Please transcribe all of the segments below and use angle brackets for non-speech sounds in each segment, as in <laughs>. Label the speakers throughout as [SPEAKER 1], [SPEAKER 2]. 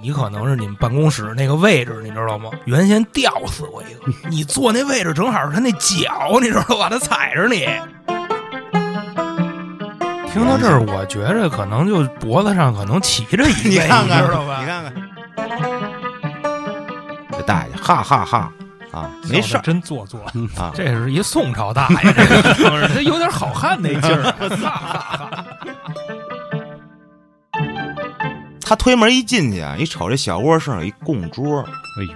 [SPEAKER 1] 你可能是你们办公室那个位置，你知道吗？原先吊死过一 <laughs> 个，你坐那位置正好是他那脚，你知道吧？他踩着你。听到这儿，我觉着可能就脖子上可能骑着
[SPEAKER 2] <laughs>
[SPEAKER 1] 一 <laughs>
[SPEAKER 3] 你
[SPEAKER 1] 位，
[SPEAKER 3] 看看，
[SPEAKER 1] 知道吧？
[SPEAKER 3] 你看看，
[SPEAKER 2] 这大爷哈哈哈啊，没事
[SPEAKER 1] 笑得
[SPEAKER 2] 儿
[SPEAKER 1] 真做作
[SPEAKER 2] 啊
[SPEAKER 1] 这是一宋朝大爷，这个可是他有点好汉那劲儿。我操！
[SPEAKER 2] 他推门一进去啊，一瞅这小窝上有一供桌，
[SPEAKER 4] 哎呦，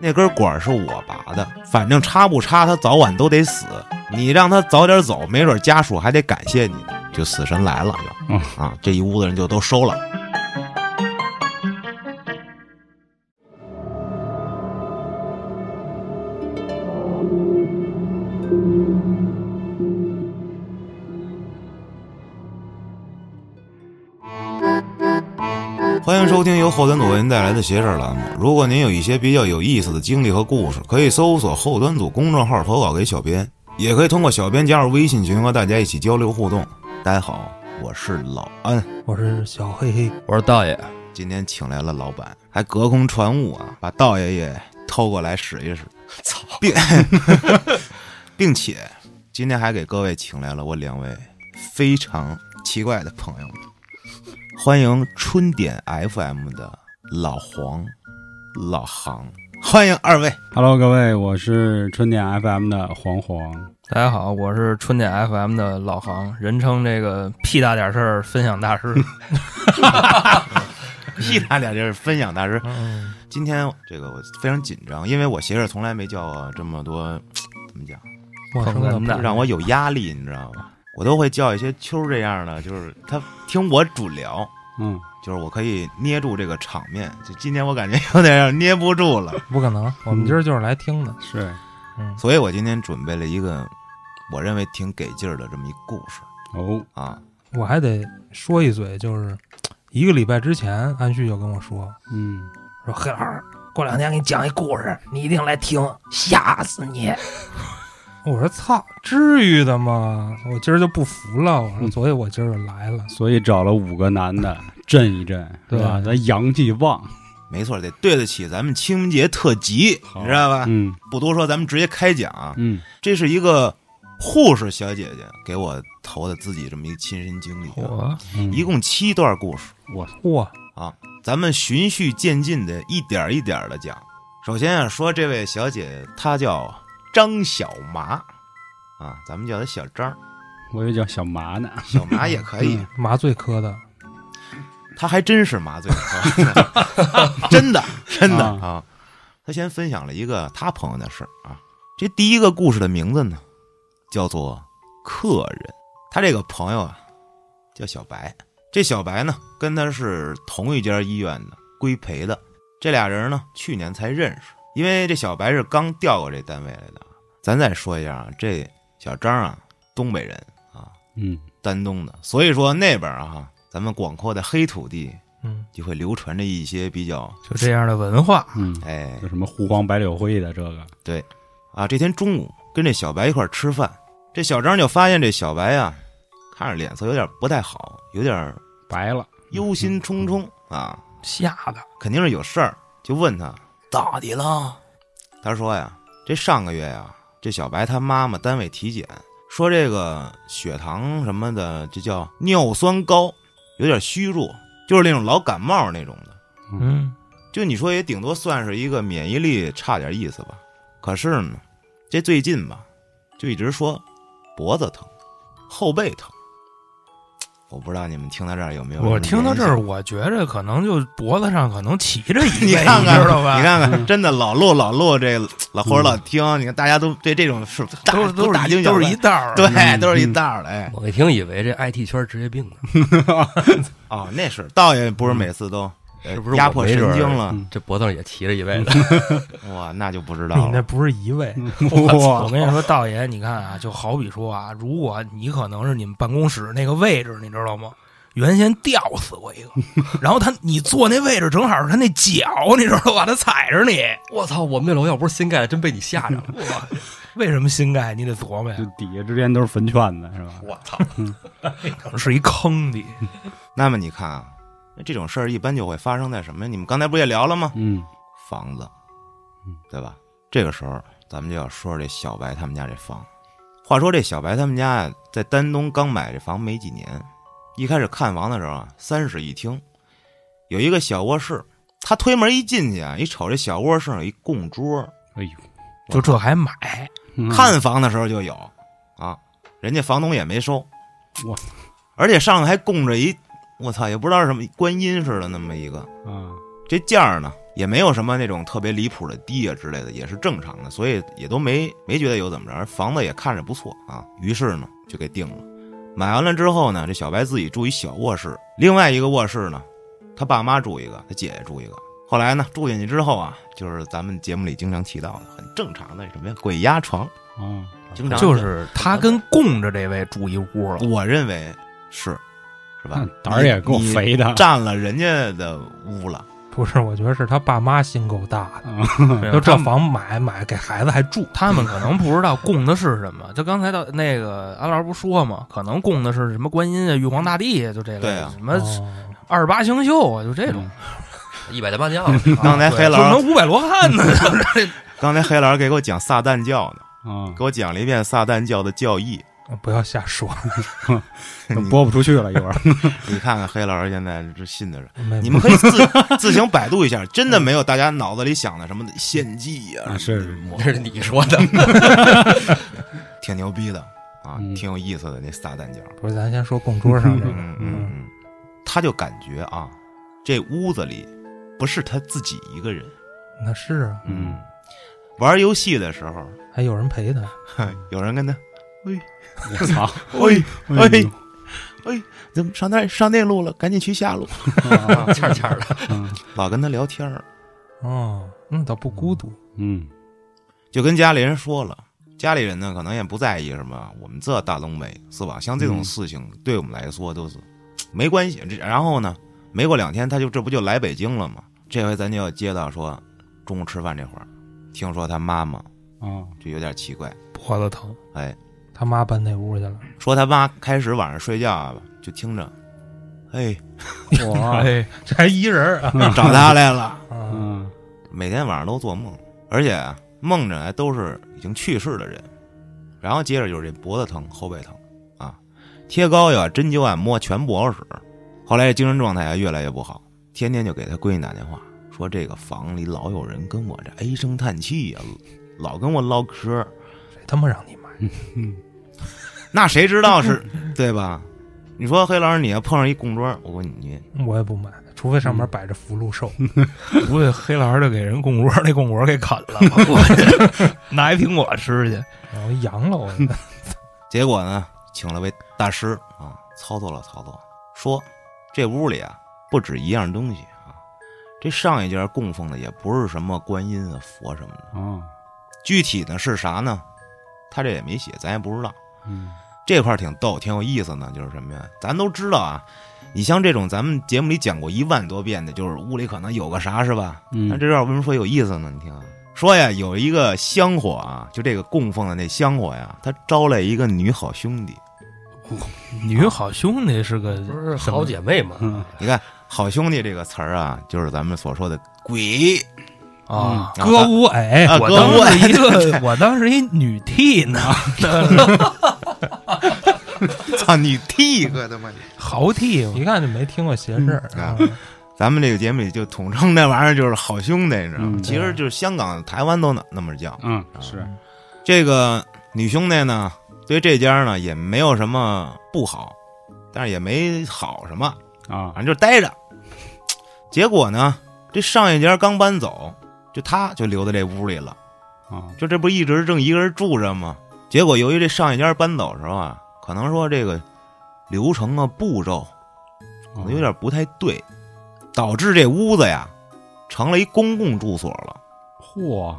[SPEAKER 2] 那根管儿是我拔的，反正插不插他早晚都得死。你让他早点走，没准家属还得感谢你呢。就死神来了，就、
[SPEAKER 4] 嗯
[SPEAKER 2] 啊，这一屋子人就都收了。欢迎收听由后端组为您带来的“邪事儿”栏目。如果您有一些比较有意思的经历和故事，可以搜索后端组公众号投稿给小编，也可以通过小编加入微信群和大家一起交流互动。大家好，我是老安，
[SPEAKER 1] <laughs> 我是小黑黑，
[SPEAKER 4] 我说道爷，
[SPEAKER 2] 今天请来了老板，还隔空传物啊，把道爷也偷过来使一使，操，并 <laughs> 并且今天还给各位请来了我两位非常奇怪的朋友们，欢迎春点 FM 的老黄、老杭，欢迎二 <laughs> 位。
[SPEAKER 4] Hello，各位，我是春点 FM 的黄黄。
[SPEAKER 1] 大家好，我是春点 FM 的老航，人称这个屁大点事儿分享大师。
[SPEAKER 2] 屁他俩就是分享大师。
[SPEAKER 1] <laughs> 嗯，
[SPEAKER 2] 今天这个我非常紧张，因为我媳妇儿从来没叫我这么多，怎么讲？
[SPEAKER 1] 陌生的不
[SPEAKER 2] 让我有压力，你知道吗？我都会叫一些秋儿这样的，就是他听我主聊，
[SPEAKER 4] 嗯，
[SPEAKER 2] 就是我可以捏住这个场面。就今天我感觉有点要捏不住了，
[SPEAKER 1] 不可能，我们今儿就是来听的。
[SPEAKER 4] 是
[SPEAKER 1] 嗯，
[SPEAKER 2] 所以我今天准备了一个我认为挺给劲儿的这么一故事
[SPEAKER 4] 哦，
[SPEAKER 2] 啊。
[SPEAKER 1] 我还得说一嘴，就是一个礼拜之前，安旭就跟我说，
[SPEAKER 4] 嗯，
[SPEAKER 1] 说黑老师，过两天给你讲一故事，你一定来听，吓死 <laughs> 你！我说操，至于的吗？我今儿就不服了，我说，
[SPEAKER 4] 嗯
[SPEAKER 1] 所以我今儿就来了。
[SPEAKER 4] 所以找了五个男的 <laughs> 震一震，
[SPEAKER 1] 对
[SPEAKER 4] 是吧？咱阳气旺，
[SPEAKER 2] 没错，得对得起咱们清明节特辑，你知道吧？
[SPEAKER 4] 嗯
[SPEAKER 2] 不多说，咱们直接开讲啊。
[SPEAKER 4] 嗯，
[SPEAKER 2] 这是一个护士小姐姐给我投的自己这么一个亲身经历啊、
[SPEAKER 1] 我
[SPEAKER 4] 嗯
[SPEAKER 2] 一共七段故事，
[SPEAKER 4] 我
[SPEAKER 1] 哇，
[SPEAKER 2] 咱们循序渐进的，一点儿一点儿的讲。首先啊，说这位小姐，她叫张小麻，啊，咱们叫她小张，
[SPEAKER 4] 我也叫小麻呢，
[SPEAKER 2] 小麻也可以
[SPEAKER 4] 嗯，
[SPEAKER 1] 麻醉科的，
[SPEAKER 2] 她还真是麻醉科，真的真的
[SPEAKER 4] 啊
[SPEAKER 2] 啊。她先分享了一个她朋友的事儿啊，这第一个故事的名字呢，叫做客人。她这个朋友啊，叫小白，这小白呢跟他是同一家医院的规培的，这俩人呢去年才认识，因为这小白是刚调过这单位来的。咱再说一下啊，这小张啊，东北人啊，
[SPEAKER 4] 嗯，
[SPEAKER 2] 丹东的，所以说那边啊，咱们广阔的黑土地
[SPEAKER 1] 嗯，
[SPEAKER 2] 就会流传着一些比较
[SPEAKER 1] 就这样的文化，
[SPEAKER 4] 嗯，
[SPEAKER 2] 哎
[SPEAKER 4] 就什么狐黄白柳灰的这个，
[SPEAKER 2] 啊。这天中午跟这小白一块儿吃饭，这小张就发现这小白啊，看着脸色有点不太好，有点
[SPEAKER 4] 白了，
[SPEAKER 2] 忧心忡忡啊，
[SPEAKER 1] 吓的
[SPEAKER 2] 肯定是有事儿，就问他咋的了？他说呀，这上个月呀，这小白他妈妈单位体检说这个血糖什么的，这叫尿酸高，有点虚弱，就是那种老感冒那种的。
[SPEAKER 1] 嗯，
[SPEAKER 2] 就你说也顶多算是一个免疫力差点意思吧。可是呢，这最近吧，就一直说脖子疼，后背疼。我不知道你们听到这儿有没有？
[SPEAKER 1] 我听到这儿，，我觉着可能就脖子上可能骑着 <laughs> 一位，
[SPEAKER 2] <laughs> 你看看，
[SPEAKER 1] 知道吧？
[SPEAKER 2] 你看看，
[SPEAKER 4] 嗯
[SPEAKER 2] 真的老陆老陆这老或者老听，你看大家都对这种是大
[SPEAKER 1] 都是
[SPEAKER 2] 都
[SPEAKER 1] 都
[SPEAKER 2] 大
[SPEAKER 1] 是
[SPEAKER 2] 惊
[SPEAKER 1] 一
[SPEAKER 2] 小
[SPEAKER 1] 都
[SPEAKER 2] 怪
[SPEAKER 1] 是一道儿，
[SPEAKER 2] 对，
[SPEAKER 4] 嗯
[SPEAKER 2] 都是一道儿的。哎，
[SPEAKER 5] 我一听以为这 IT 圈职业病呢，
[SPEAKER 2] 哦，那是道爷不是每次都呃
[SPEAKER 1] 嗯
[SPEAKER 5] 是不是
[SPEAKER 2] 压
[SPEAKER 5] 我
[SPEAKER 2] 迫
[SPEAKER 5] 没
[SPEAKER 2] 神
[SPEAKER 5] 准儿
[SPEAKER 2] 经了？
[SPEAKER 4] 嗯
[SPEAKER 5] 这脖子上也骑着一位的。
[SPEAKER 2] 哇，那就不知道
[SPEAKER 1] <laughs> 你嗯 <laughs> 那
[SPEAKER 2] 了。
[SPEAKER 1] 不是一位。 <laughs> 我
[SPEAKER 4] 哇，
[SPEAKER 1] 跟你说，道爷，你看啊，就好比说啊，如果你可能是你们办公室那个位置，你知道吗？原先吊死过一个，然后他你坐那位置正好是他那脚，你知道吧？他踩着你，
[SPEAKER 5] 我操！我们那楼要不是新盖的，真被你吓着了。
[SPEAKER 1] 为什么新盖？你得琢哎磨呀
[SPEAKER 4] 就，底下之间都是坟圈子是吧？
[SPEAKER 5] 我操！
[SPEAKER 1] 可能是一坑里。
[SPEAKER 2] 那么你看啊，那这种事儿一般就会发生在什么呀？你们刚才不也聊了吗？
[SPEAKER 4] 嗯
[SPEAKER 2] 房子
[SPEAKER 4] 嗯，
[SPEAKER 2] 对吧？这个时候咱们就要说说这小白他们家这房。话说这小白他们家呀，在丹东刚买这房没几年，一开始看房的时候啊，三室一厅，有一个小卧室。他推门一进去啊，一瞅这小卧室有一供桌，
[SPEAKER 4] 哎呦，
[SPEAKER 6] 就这还买，
[SPEAKER 4] 嗯
[SPEAKER 2] 看房的时候就有啊，人家房东也没收，
[SPEAKER 4] 我，
[SPEAKER 2] 而且上面还供着一，我操，也不知道是什么观音似的那么一个，
[SPEAKER 4] 啊，
[SPEAKER 2] 这价儿呢也没有什么那种特别离谱的低啊之类的，也是正常的，所以也都没没觉得有怎么着，房子也看着不错啊，于是呢就给定了。买完了之后呢，这小白自己住一小卧室，另外一个卧室呢，他爸妈住一个，他姐姐住一个。后来呢，住进去之后啊，就是咱们节目里经常提到的，很正常的什么呀，鬼压床，
[SPEAKER 4] 啊，
[SPEAKER 2] 经常
[SPEAKER 6] 就是他跟供着这位住一屋了，
[SPEAKER 2] 我认为是，是吧
[SPEAKER 4] 那？胆儿也
[SPEAKER 2] 你
[SPEAKER 4] 够，肥啊的
[SPEAKER 2] 你，占了人家的屋了。
[SPEAKER 1] 不是，我觉得是他爸妈心够大的，
[SPEAKER 6] 对
[SPEAKER 1] 就嗯这
[SPEAKER 6] 哎他们
[SPEAKER 1] 房买买给孩子还住，
[SPEAKER 6] 他们可能不知道供的是什么，就刚才到那个安老师不说嘛，可能供的是什么观音啊、玉皇大帝啊，就这类的
[SPEAKER 2] 对啊嗯
[SPEAKER 6] 什么
[SPEAKER 1] 哦
[SPEAKER 6] 二十八星宿啊，就这
[SPEAKER 4] 嗯
[SPEAKER 6] 种，
[SPEAKER 5] 一百单八将，
[SPEAKER 1] 嗯
[SPEAKER 2] 刚才黑
[SPEAKER 6] 就
[SPEAKER 2] 老
[SPEAKER 6] 能
[SPEAKER 2] 师，
[SPEAKER 6] 五百罗汉呢，
[SPEAKER 5] <laughs>
[SPEAKER 2] 刚才黑老师给我讲撒旦教呢， <laughs>
[SPEAKER 4] 啊，
[SPEAKER 2] 给我讲了一遍撒旦教的教义。
[SPEAKER 1] 不要瞎说，
[SPEAKER 4] 都播不出去了，一会儿
[SPEAKER 2] 你看看黑老师现在这信的是，
[SPEAKER 1] 没
[SPEAKER 2] 你们可以
[SPEAKER 4] <laughs>
[SPEAKER 2] 自自行百度一下，真的没有大家脑子里想的什么献祭呀、
[SPEAKER 4] 啊
[SPEAKER 2] 什
[SPEAKER 4] 是
[SPEAKER 2] 么
[SPEAKER 5] 这是你说的，
[SPEAKER 2] 挺牛逼的啊，
[SPEAKER 4] 嗯
[SPEAKER 2] 挺有意思的那撒旦教。
[SPEAKER 1] 不是，咱先说供桌上这个，
[SPEAKER 2] 嗯嗯嗯，他就感觉啊，这屋子里不是他自己一个人。
[SPEAKER 1] 那是啊，
[SPEAKER 4] 嗯，
[SPEAKER 2] 玩游戏的时候， <laughs>
[SPEAKER 1] 还有人陪他，
[SPEAKER 2] 有人跟他，
[SPEAKER 4] 我操，
[SPEAKER 2] 喂，
[SPEAKER 4] 哎呦
[SPEAKER 2] 怎么上那上那路了？赶紧去下路。
[SPEAKER 5] 欠欠的。
[SPEAKER 4] 嗯
[SPEAKER 2] 老跟他聊天儿，
[SPEAKER 1] 哦，那倒不孤独，
[SPEAKER 4] 嗯
[SPEAKER 2] 就跟家里人说了。家里人呢，可能也不在意什么，我们这大东北是吧？像这种
[SPEAKER 4] 嗯
[SPEAKER 2] 事情，对我们来说都是没关系。这然后呢，没过两天，他就这不就来北京了吗？这回咱就要接到说，中午吃饭这会儿，听说他妈妈
[SPEAKER 4] 啊，
[SPEAKER 2] 就有点奇怪，
[SPEAKER 6] 脖子疼，
[SPEAKER 2] 哎，
[SPEAKER 1] 他妈搬那屋去
[SPEAKER 6] <laughs>
[SPEAKER 1] 了，
[SPEAKER 2] 说他妈开始晚上睡觉啊，就听着，哎，
[SPEAKER 1] 哇，
[SPEAKER 6] 哎
[SPEAKER 1] 这还一人儿啊，
[SPEAKER 2] 找他来了，
[SPEAKER 1] 啊
[SPEAKER 4] 嗯
[SPEAKER 2] 每天晚上都做梦，而且啊梦着还都是已经去世的人。然后接着就是这脖子疼、后背疼啊，贴膏药、针灸、按摩全不好使。后来这精神状态啊越来越不好，天天就给他闺女打电话，说这个房里老有人跟我这唉声叹气呀、老跟我唠嗑。
[SPEAKER 1] 谁他妈让你买？
[SPEAKER 2] 那谁知道是 <laughs> 对吧？你说黑老师，你要碰上一供桌，我问你，
[SPEAKER 1] 我也不买，除非上
[SPEAKER 6] 嗯
[SPEAKER 1] 面摆着福禄
[SPEAKER 6] <laughs>
[SPEAKER 1] 寿，
[SPEAKER 6] 不会黑老师就给人供桌那供果给啃 <laughs> 了，我拿一苹果吃去，
[SPEAKER 1] 然后阳了我，
[SPEAKER 2] 结果呢，请了位大师啊，操作了操作，说这屋里啊不止一样东西啊，这上一家供奉的也不是什么观音啊、佛什么的，
[SPEAKER 4] 啊，
[SPEAKER 2] 具体呢是啥呢？他这也没写，咱也不知道。
[SPEAKER 4] 嗯
[SPEAKER 2] 这块儿挺逗，挺有意思呢，就是什么呀？咱都知道啊，你像这种咱们节目里讲过一万多遍的，就是屋里可能有个啥是吧？
[SPEAKER 4] 嗯
[SPEAKER 2] 那这段为什么说有意思呢？你听啊，说呀，有一个香火啊，就这个供奉的那香火呀，他招来一个女好兄弟。
[SPEAKER 6] 女好兄弟是个
[SPEAKER 1] 嗯
[SPEAKER 5] 不是好姐妹嘛？
[SPEAKER 4] 嗯
[SPEAKER 2] 你看“好兄弟”这个词儿啊，就是咱们所说的鬼
[SPEAKER 6] 啊。
[SPEAKER 2] 嗯
[SPEAKER 1] 歌舞哎，
[SPEAKER 2] 啊，
[SPEAKER 6] 我
[SPEAKER 2] 哥
[SPEAKER 6] 当
[SPEAKER 2] 我
[SPEAKER 6] 时一个， <laughs> 我当时一女替呢，
[SPEAKER 2] <laughs> 操你替哥他妈！
[SPEAKER 6] 豪替嘛
[SPEAKER 1] 一看就没听过邪事儿
[SPEAKER 2] 嗯
[SPEAKER 1] 啊
[SPEAKER 2] 啊，咱们这个节目里就统称那玩意儿就是好兄弟，你知道吗？
[SPEAKER 4] 嗯
[SPEAKER 2] 其实就是香港、台湾都那那么叫。
[SPEAKER 4] 嗯是
[SPEAKER 2] 这个女兄弟呢，对这家呢也没有什么不好，但是也没好什么，
[SPEAKER 4] 啊
[SPEAKER 2] 反正就待着。结果呢，这上一家刚搬走，就他就留在这屋里了。
[SPEAKER 4] 啊
[SPEAKER 2] 就这不一直正一个人住着吗？结果由于这上一家搬走的时候啊，可能说这个流程啊步骤可能有点不太对，导致这屋子呀成了一公共住所了，
[SPEAKER 4] 嚯，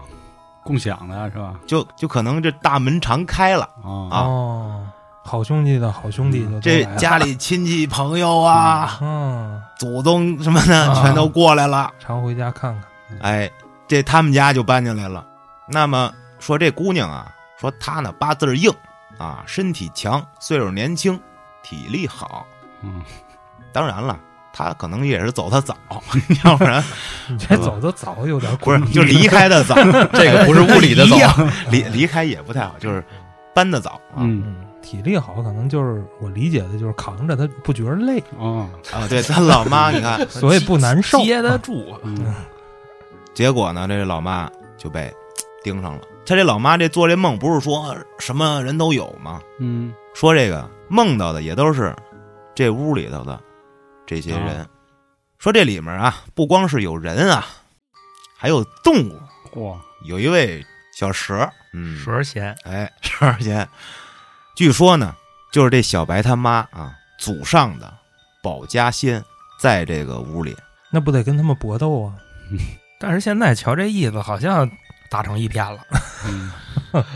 [SPEAKER 4] 共享的是吧？
[SPEAKER 2] 就就可能这大门常开了，
[SPEAKER 4] 啊
[SPEAKER 2] 啊
[SPEAKER 1] 哦，好兄弟的好兄弟就都
[SPEAKER 6] 嗯
[SPEAKER 2] 这
[SPEAKER 1] 来了
[SPEAKER 2] 家里亲戚朋友 <laughs> 啊、
[SPEAKER 1] 嗯，
[SPEAKER 2] 祖宗什么的
[SPEAKER 1] 啊
[SPEAKER 2] 全都过来了，
[SPEAKER 1] 常回家看看，
[SPEAKER 2] 哎，这他们家就搬进来了。那么说这姑娘啊，说她呢八字儿硬啊，身体强，岁数年轻，体力好。
[SPEAKER 4] 嗯
[SPEAKER 2] 当然了，他可能也是走
[SPEAKER 5] <laughs>
[SPEAKER 2] 的早，要不然
[SPEAKER 6] 嗯
[SPEAKER 1] 你这走的早有点
[SPEAKER 2] 不
[SPEAKER 1] 困
[SPEAKER 2] 是就离开的早，
[SPEAKER 5] <laughs> 这个不是物理的嗯走
[SPEAKER 2] <laughs> 一，样离离开也不太好，就是搬的早啊、
[SPEAKER 4] 嗯
[SPEAKER 1] 嗯，体力好，可能就是我理解的，就是扛着他不觉得累，
[SPEAKER 4] 哦，
[SPEAKER 2] 啊！对他老妈，你看，
[SPEAKER 1] 所以不难受。
[SPEAKER 6] 接得住，
[SPEAKER 4] 嗯
[SPEAKER 2] 结果呢，这老妈就被盯上了。他这老妈这做这梦，不是说什么人都有吗？
[SPEAKER 4] 嗯
[SPEAKER 2] 说这个梦到的也都是这屋里头的这些人。
[SPEAKER 5] 哦
[SPEAKER 2] 说这里面啊，不光是有人啊，还有动物，
[SPEAKER 4] 嚯，
[SPEAKER 2] 有一位小蛇，嗯，
[SPEAKER 6] 蛇闲
[SPEAKER 2] 哎，十二仙。据说呢，就是这小白他妈啊，祖上的保家仙，在这个屋里，
[SPEAKER 1] 那不得跟他们搏斗啊？
[SPEAKER 6] <laughs> 但是现在瞧这意思，好像打成一片了。
[SPEAKER 4] 嗯，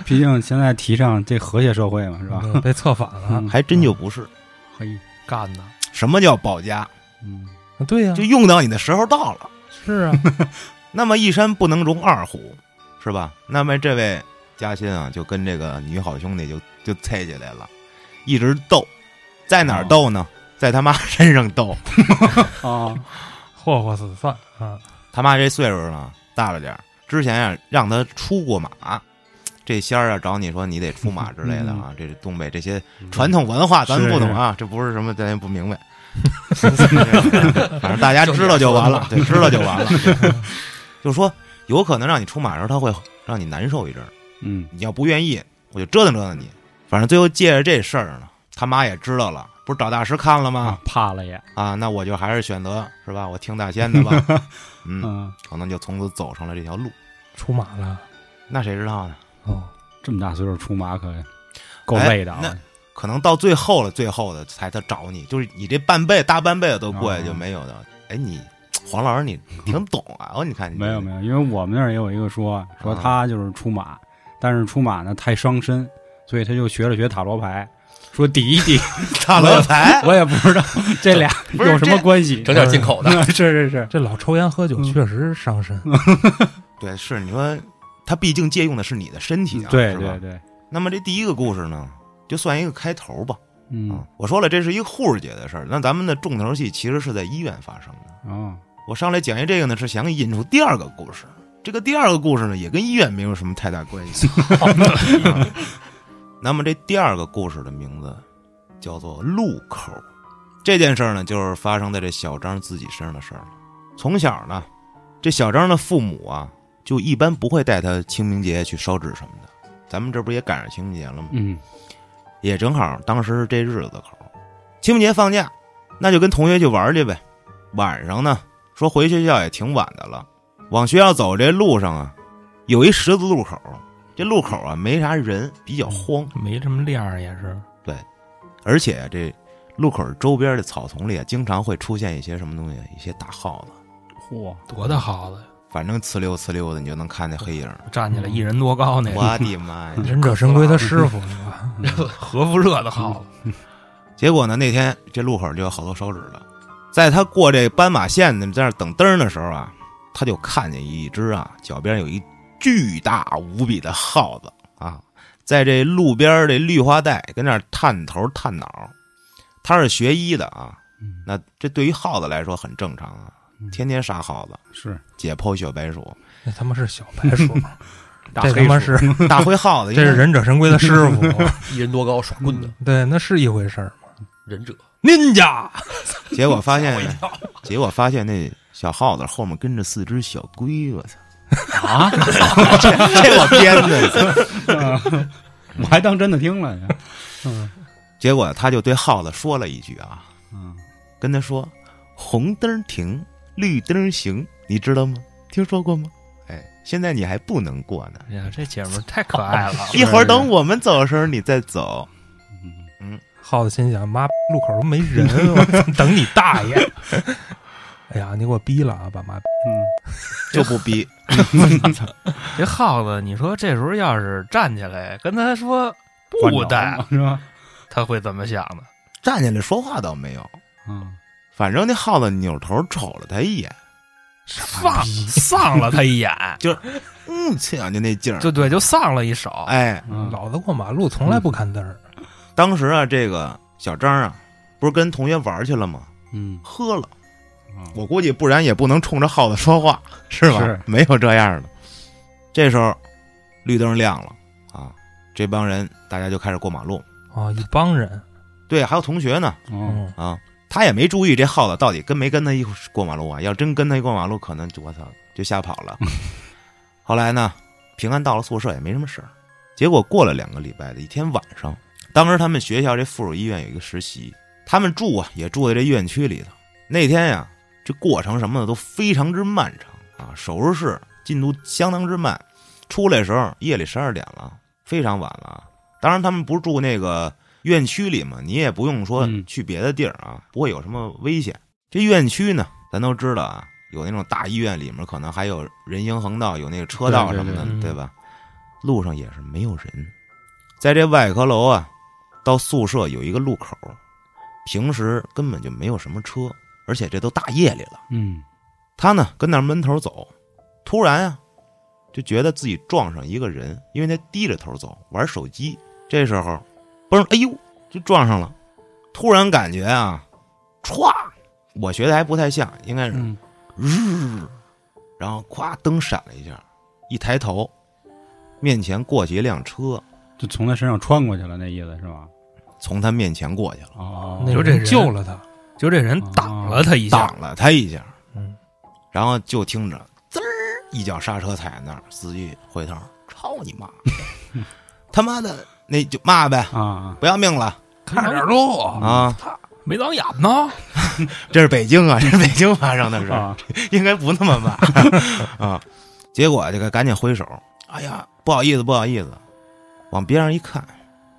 [SPEAKER 4] 毕竟现在提倡这和谐社会嘛，是吧？
[SPEAKER 1] 嗯被策反了。
[SPEAKER 4] 嗯
[SPEAKER 2] 还真就不是。
[SPEAKER 4] 嘿，
[SPEAKER 6] <laughs> 干的
[SPEAKER 2] 什么叫保家？
[SPEAKER 4] 嗯
[SPEAKER 1] 对呀
[SPEAKER 2] 就，用到你的时候到了。
[SPEAKER 1] 是啊，
[SPEAKER 2] 那么一山不能容二虎，是吧？那么这位嘉欣啊，就跟这个女好兄弟就就菜起来了，一直斗，在哪儿斗呢？在他妈身上斗。
[SPEAKER 4] 哦，
[SPEAKER 1] <laughs> 霍霍死算啊，
[SPEAKER 2] 他妈这岁数呢大了点儿，之前啊让他出过马，这仙儿啊找你说你得出马之类的啊，这是东北这些传统文化咱们不懂啊，这不是什么咱也不明白，反正大家知道就完了，对，知道就完了。就说有可能让你出马的时候，他会让你难受一阵儿，
[SPEAKER 4] 嗯
[SPEAKER 2] 你要不愿意，我就折腾折腾你。反正最后借着这事儿呢，他妈也知道了，不是找大师看了吗？，
[SPEAKER 4] 怕了也，
[SPEAKER 2] 啊，那我就还是选择是吧，我听大仙的吧，嗯，
[SPEAKER 4] 嗯，
[SPEAKER 2] 可能就从此走上了这条路。
[SPEAKER 1] 出马了。
[SPEAKER 2] 那谁知道呢？
[SPEAKER 1] 哦，
[SPEAKER 4] 这么大岁数出马可够累的
[SPEAKER 2] 哎那
[SPEAKER 4] 啊，
[SPEAKER 2] 可能到最后了，最后的才他找你，就是你这半辈大半辈子都过去
[SPEAKER 4] 啊
[SPEAKER 2] 就没有的。哎，你黄老师你挺懂啊！哦，你看你
[SPEAKER 4] 没有没有，因为我们那儿也有一个
[SPEAKER 2] 啊
[SPEAKER 4] 说说他就是出马，但是出马呢太伤身，所以他就学了学塔罗牌，说抵一
[SPEAKER 2] <laughs>
[SPEAKER 4] 抵，
[SPEAKER 2] 塔罗牌，
[SPEAKER 4] 我也不
[SPEAKER 2] <laughs>
[SPEAKER 4] 知道这俩
[SPEAKER 2] 不是
[SPEAKER 4] 有什么关系，
[SPEAKER 5] 整点进口
[SPEAKER 1] 嗯
[SPEAKER 5] 的，
[SPEAKER 4] <laughs> 是是是，
[SPEAKER 1] 这老抽烟喝酒
[SPEAKER 4] 嗯
[SPEAKER 1] 确实伤身。
[SPEAKER 6] 嗯
[SPEAKER 2] 对，是你说他毕竟借用的是你的身体啊，
[SPEAKER 4] 对
[SPEAKER 2] 是吧
[SPEAKER 4] 对对，
[SPEAKER 2] 那么这第一个故事呢，就算一个开头吧。
[SPEAKER 4] 嗯
[SPEAKER 2] 啊，我说了，这是一个护士节的事儿。那咱们的重头戏其实是在医院发生的。
[SPEAKER 4] 哦，
[SPEAKER 2] 我上来讲一这个呢，是想引出第二个故事。这个第二个故事呢，也跟医院没有什么太大关系。 <laughs> 啊那么这第二个故事的名字叫做路口。这件事儿呢，就是发生在这小张自己身上的事儿了。从小呢，这小张的父母啊，就一般不会带他清明节去烧纸什么的。咱们这不也赶上清明节了吗？
[SPEAKER 4] 嗯
[SPEAKER 2] 也正好当时是这日子口儿，清明节放假，那就跟同学去玩儿去呗。晚上呢，说回学校也挺晚的了，往学校走这路上啊，有一十字路口儿，这路口啊没啥人，比较荒，
[SPEAKER 6] 没什么量儿也是，
[SPEAKER 2] 而且啊、这路口儿周边的草丛里啊，经常会出现一些什么东西，一些大耗子，
[SPEAKER 4] 嚯，
[SPEAKER 6] 多大耗子呀！
[SPEAKER 2] 反正呲溜呲溜的，你就能看见黑影儿。
[SPEAKER 6] 站起来一人多高那
[SPEAKER 2] 我的妈呀！
[SPEAKER 1] 嗯忍者神龟他师傅是
[SPEAKER 6] <laughs>
[SPEAKER 1] 吧？嗯
[SPEAKER 6] 核辐射的耗子，
[SPEAKER 2] 结果呢，那天这路口就有好多烧纸的，在他过这斑马线呢，在那儿等灯儿的时候啊，他就看见一只啊，脚边有一巨大无比的耗子啊，在这路边儿这绿化带跟那儿探头探脑。他是学医的啊，
[SPEAKER 4] 嗯
[SPEAKER 2] 那这对于耗子来说很正常啊，
[SPEAKER 1] 嗯
[SPEAKER 2] 天天杀耗子，
[SPEAKER 4] 是
[SPEAKER 2] 解剖小白鼠，
[SPEAKER 1] 那他妈是小白
[SPEAKER 6] <laughs>
[SPEAKER 1] 鼠，
[SPEAKER 4] 大
[SPEAKER 1] 这
[SPEAKER 4] 黑
[SPEAKER 1] 他妈
[SPEAKER 4] 鼠
[SPEAKER 1] 是
[SPEAKER 2] 大灰耗
[SPEAKER 1] <laughs>
[SPEAKER 2] 子，
[SPEAKER 1] 这是忍者神龟的师傅。 <laughs>
[SPEAKER 5] 一人多高耍棍的
[SPEAKER 1] 对，那是一回事儿。
[SPEAKER 5] 忍者，
[SPEAKER 1] 您家
[SPEAKER 2] 结果发现，结果发现那小耗子后面跟着四只小龟，我操！
[SPEAKER 4] 啊，
[SPEAKER 2] 这这我编的。
[SPEAKER 6] 啊
[SPEAKER 4] <laughs> 我还当真的听了，
[SPEAKER 2] 嗯结果他就对耗子说了一句啊，
[SPEAKER 4] 嗯，
[SPEAKER 2] 跟他说：“红灯停，绿灯行，你知道吗？听说过吗？哎，现在你还不能过呢，
[SPEAKER 6] 哎呀，这姐们儿太可爱
[SPEAKER 4] 啊
[SPEAKER 6] 了。
[SPEAKER 2] 一会儿等我们走的时候你再走。
[SPEAKER 4] 嗯
[SPEAKER 1] 耗子心想：妈，路口都没
[SPEAKER 2] <laughs>
[SPEAKER 1] 人，我操等你大爷！哎呀，你给我逼了啊，把妈！
[SPEAKER 2] 就不逼。
[SPEAKER 4] 嗯
[SPEAKER 6] <laughs> 这耗子，你说这时候要是站起来跟他说不
[SPEAKER 4] 不 <laughs>
[SPEAKER 6] 带，啊
[SPEAKER 4] 是吧？
[SPEAKER 6] 他会怎么想呢？
[SPEAKER 2] <laughs> 站起来说话倒没有，
[SPEAKER 4] 嗯，
[SPEAKER 2] 反正那耗子扭头瞅了他一眼，
[SPEAKER 6] 放丧了他一
[SPEAKER 2] <laughs>
[SPEAKER 6] 眼，
[SPEAKER 2] 嗯，这样就那劲儿。
[SPEAKER 6] 就对，就丧了一手。
[SPEAKER 2] 哎，
[SPEAKER 4] 嗯
[SPEAKER 1] 老子过马路从来不看灯儿，
[SPEAKER 2] 当时啊，这个小张啊，不是跟同学玩去了吗？
[SPEAKER 4] 嗯
[SPEAKER 2] 喝了，
[SPEAKER 4] 嗯
[SPEAKER 2] 我估计不然也不能冲着耗子说话，是吧？
[SPEAKER 4] 是
[SPEAKER 2] 没有这样的。这时候绿灯亮了啊，这帮人大家就开始过马路。
[SPEAKER 1] 啊，一帮人，
[SPEAKER 2] 对，还有同学呢
[SPEAKER 4] 嗯
[SPEAKER 1] 嗯，
[SPEAKER 2] 啊，他也没注意这耗子到底跟没跟他一块儿过马路啊。要真跟他一过马路，可能就我操就吓跑了。 <laughs> 后来呢，平安到了宿舍也没什么事儿。结果过了两个礼拜的一天晚上，当时他们学校这附属医院有一个实习，他们住啊也住在这院区里头。那天呀、这过程什么的都非常之漫长啊，手术室进度相当之慢。出来的时候夜里十二点了，非常晚了啊。当然，他们不是住那个院区里嘛，你也不用说
[SPEAKER 4] 嗯
[SPEAKER 2] 去别的地儿啊，不会有什么危险。这院区呢，咱都知道啊，有那种大医院里面可能还有人行横道，有那个车道
[SPEAKER 4] 对对嗯
[SPEAKER 2] 什么的，
[SPEAKER 1] 对对
[SPEAKER 2] 吧？路上也是没有人，在这外科楼啊，到宿舍有一个路口，平时根本就没有什么车，而且这都大夜里了。
[SPEAKER 4] 嗯
[SPEAKER 2] 他呢跟那儿闷头走，突然啊，就觉得自己撞上一个人，因为他低着头走玩手机。这时候，嘣，哎呦，就撞上了。突然感觉啊，歘，我觉得还不太像，应该是
[SPEAKER 4] 嗯
[SPEAKER 2] 日，然后咵灯闪了一下，一抬头，面前过去一辆车，
[SPEAKER 4] 就从他身上穿过去了，那意思是吧？
[SPEAKER 2] 从他面前过去了，
[SPEAKER 4] 哦，
[SPEAKER 1] 那
[SPEAKER 6] 就
[SPEAKER 1] 个
[SPEAKER 6] 这
[SPEAKER 1] 人
[SPEAKER 6] 人
[SPEAKER 1] 救了他，
[SPEAKER 6] 就这人挡了他一下，
[SPEAKER 2] 挡了他一下，
[SPEAKER 1] 嗯，
[SPEAKER 2] 然后就听着滋儿一脚刹车踩那儿，司机回头，操你妈，他妈的那就骂呗，
[SPEAKER 4] 啊，
[SPEAKER 2] 不要命了
[SPEAKER 6] 看着点路，
[SPEAKER 1] 嗯
[SPEAKER 2] 啊！
[SPEAKER 6] 没长眼呢。
[SPEAKER 2] 这是北京啊， <laughs> 这是北京发生的事儿，
[SPEAKER 4] 啊，
[SPEAKER 2] 应该不那么骂啊。结果这个赶紧挥手，哎呀，不好意思，不好意思，往边上一看，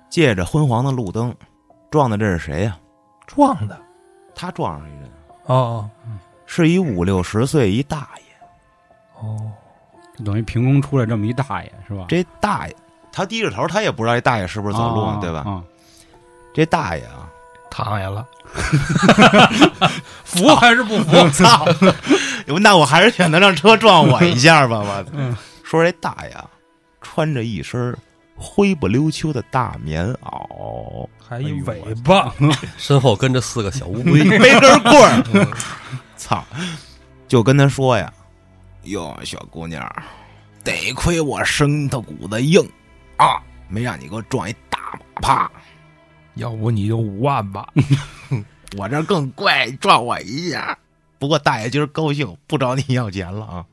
[SPEAKER 2] 借着昏黄的路灯，撞的这是谁呀、
[SPEAKER 1] 撞的，
[SPEAKER 2] 他撞上一人，啊
[SPEAKER 1] 哦
[SPEAKER 2] 是一五六十岁一大爷。
[SPEAKER 1] 哦，
[SPEAKER 4] 就等于凭空出来这么一大爷是吧？
[SPEAKER 2] 这大爷啊他低着头，他也不知道这大爷是不
[SPEAKER 4] 不
[SPEAKER 2] 是走路，
[SPEAKER 4] 啊、
[SPEAKER 2] 对吧？
[SPEAKER 4] 啊，
[SPEAKER 2] 这大爷啊，
[SPEAKER 6] 躺下了，
[SPEAKER 1] 服还是不服？
[SPEAKER 2] <laughs>
[SPEAKER 6] <laughs>
[SPEAKER 2] 我操！那我还是选择让车撞我一下吧。我操嗯说这大爷啊穿着一身灰不溜秋的大棉 <laughs> 袄，
[SPEAKER 1] 还
[SPEAKER 6] 哎
[SPEAKER 1] 一尾巴，
[SPEAKER 5] 身后跟着四个小乌龟，
[SPEAKER 1] 嗯
[SPEAKER 2] 没根棍 <laughs> 儿，操！嗯就跟他说呀：“哟，小姑娘，得亏我身子骨子硬啊，没让你给我撞一大马趴。
[SPEAKER 6] 要不你就五万吧。
[SPEAKER 2] 我这更怪，撞我一下。不过大爷今儿高兴，不找你要钱了啊，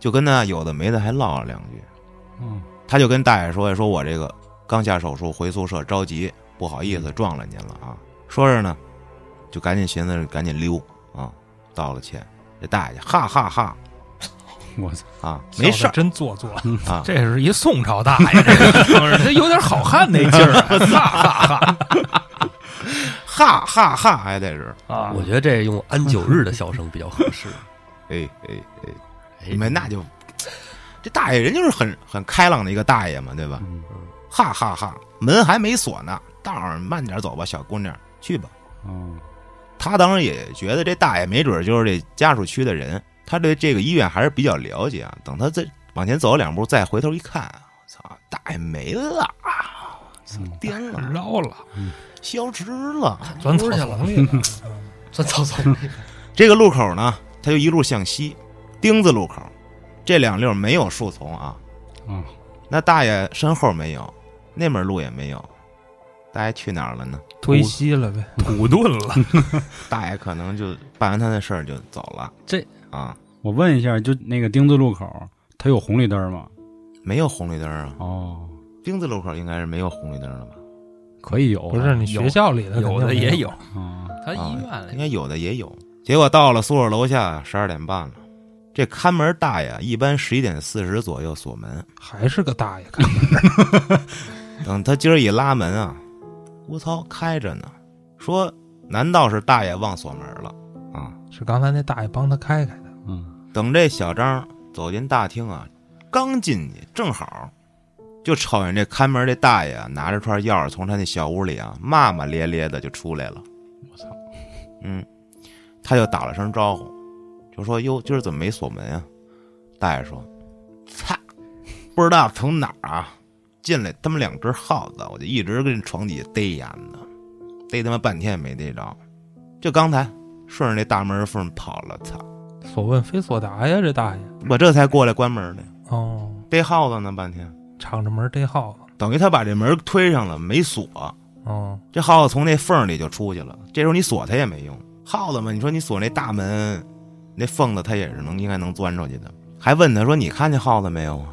[SPEAKER 2] 就跟那有的没的还唠了两句。
[SPEAKER 4] 嗯
[SPEAKER 2] 他就跟大爷说：“说我这个刚下手术，回宿舍着急，不好意思撞了您了啊。”说着呢，就赶紧寻思着赶紧溜啊，道了歉。这大爷哈哈哈
[SPEAKER 4] 我操，
[SPEAKER 2] 啊，没事
[SPEAKER 1] 小
[SPEAKER 2] 儿
[SPEAKER 1] 子真做作，
[SPEAKER 2] 啊，
[SPEAKER 6] 这是一宋朝大
[SPEAKER 1] <laughs>
[SPEAKER 6] 爷，这个这有点好汉那劲儿，啊哈哈哈
[SPEAKER 2] 哈哈哈，还得是，
[SPEAKER 6] 啊！
[SPEAKER 5] 我觉得这用安九日的笑声比较合适。
[SPEAKER 2] 哎哎哎，
[SPEAKER 1] 嗯
[SPEAKER 5] 哎
[SPEAKER 2] 你们那就这大爷人就是很很开朗的一个大爷嘛，对吧？
[SPEAKER 4] 嗯
[SPEAKER 2] 哈哈哈，门还没锁呢，道儿慢点走吧，小姑娘，去吧。
[SPEAKER 4] 嗯
[SPEAKER 2] 他当时也觉得这大爷没准儿就是这家属区的人，他对这个医院还是比较了解啊。等他再往前走两步，再回头一看，我操，大爷没了，操
[SPEAKER 4] 嗯
[SPEAKER 2] 颠
[SPEAKER 1] <laughs>
[SPEAKER 2] 了，
[SPEAKER 6] 捞了，
[SPEAKER 2] 消失了。
[SPEAKER 1] 钻草丛里
[SPEAKER 6] <laughs>
[SPEAKER 1] 了，
[SPEAKER 5] 算草草，
[SPEAKER 2] 这个路口呢，他就一路向西，丁字路口，这两溜没有树丛啊，
[SPEAKER 4] 嗯，
[SPEAKER 2] 那大爷身后没有，那门路也没有，大爷去哪儿了呢？
[SPEAKER 1] 推稀了呗，
[SPEAKER 6] 土遁了，
[SPEAKER 2] 大爷可能就办完他的事儿就走了。
[SPEAKER 5] 这
[SPEAKER 2] 啊，
[SPEAKER 4] 我问一下，就那个丁字路口，它有红绿灯吗？
[SPEAKER 2] 没有红绿灯啊，
[SPEAKER 4] 哦，
[SPEAKER 2] 丁字路口应该是没有红绿灯了吧？
[SPEAKER 4] 可以有，
[SPEAKER 1] 不是你学校里的肯定
[SPEAKER 6] 有的也
[SPEAKER 1] 没
[SPEAKER 6] 有，
[SPEAKER 4] 啊，
[SPEAKER 6] 他医
[SPEAKER 2] 啊、
[SPEAKER 6] 院
[SPEAKER 2] 应
[SPEAKER 6] 里
[SPEAKER 2] 该有的也有。结果到了宿舍楼下，十二点半了。这看门大爷一般十一点四十左右锁门，
[SPEAKER 1] 还是个大爷看着，
[SPEAKER 2] 等他今儿一拉门啊，我操，开着呢。说难道是大爷忘锁门了啊？
[SPEAKER 1] 是刚才那大爷帮他开开的，
[SPEAKER 4] 嗯
[SPEAKER 2] 等这小张走进大厅啊，刚进去正好，就瞅见这看门这大爷啊拿着串钥匙从他那小屋里啊骂骂咧咧的就出来了。我
[SPEAKER 4] 操！
[SPEAKER 2] 嗯，他就打了声招呼，就说：“哟，今儿怎么没锁门啊？”大爷说：“擦，不知道从哪儿啊进来他们两只耗子，我就一直跟床底下逮眼呢，逮他妈半天也没逮着，就刚才顺着那大门缝跑了，操！
[SPEAKER 1] 所问非所答呀，这大爷。
[SPEAKER 2] 我这才过来关门的，
[SPEAKER 1] 哦，
[SPEAKER 2] 逮耗子呢，半天，
[SPEAKER 1] 敞着门逮耗子。
[SPEAKER 2] 等于他把这门推上了，没锁，
[SPEAKER 1] 哦，
[SPEAKER 2] 这耗子从那缝里就出去了。这时候你锁它也没用，耗子嘛，你说你锁那大门，那缝子它也是能应该能钻出去的。还问他说：“你看见耗子没有啊？”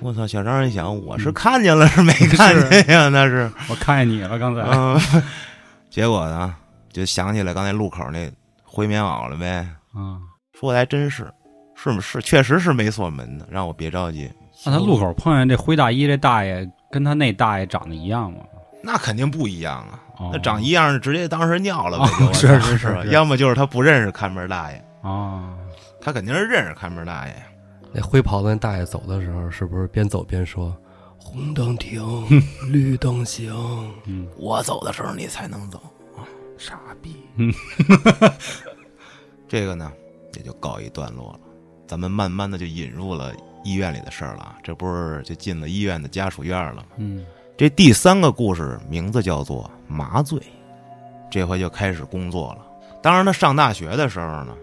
[SPEAKER 2] 我操！小张一想，我
[SPEAKER 4] 嗯
[SPEAKER 2] 是看见了，是没看见呀？那是，
[SPEAKER 4] 我看见你了，刚才、
[SPEAKER 2] 嗯。结果呢，就想起来刚才路口那灰棉袄了呗。
[SPEAKER 4] 嗯，
[SPEAKER 2] 说的还真是，是是确实是没锁门的，让我别着急。
[SPEAKER 4] 那他路口碰见这灰大衣这大爷，跟他那大爷长得一样吗？
[SPEAKER 2] 那肯定不一样啊，
[SPEAKER 4] 哦
[SPEAKER 2] 那长一样直接当时尿了呗，
[SPEAKER 4] 哦
[SPEAKER 2] 就我
[SPEAKER 4] 是
[SPEAKER 2] 操
[SPEAKER 4] 是是
[SPEAKER 2] 吧
[SPEAKER 4] 是
[SPEAKER 2] 要么就是他不认识看门大爷，
[SPEAKER 4] 啊，
[SPEAKER 2] 他肯定是认识看门大爷。
[SPEAKER 5] 那灰袍子那大爷走的时候，是不是边走边说：“红灯停，
[SPEAKER 1] 嗯
[SPEAKER 5] 绿灯行，
[SPEAKER 4] 嗯，
[SPEAKER 2] 我走的时候你才能走，
[SPEAKER 1] 傻逼。
[SPEAKER 2] 这个呢也就告一段落了。咱们慢慢的就引入了医院里的事儿了啊，这不是就进了医院的家属院了吗？
[SPEAKER 4] 嗯，
[SPEAKER 2] 这第三个故事名字叫做麻醉，这回就开始工作了。当然，他上大学的时候呢，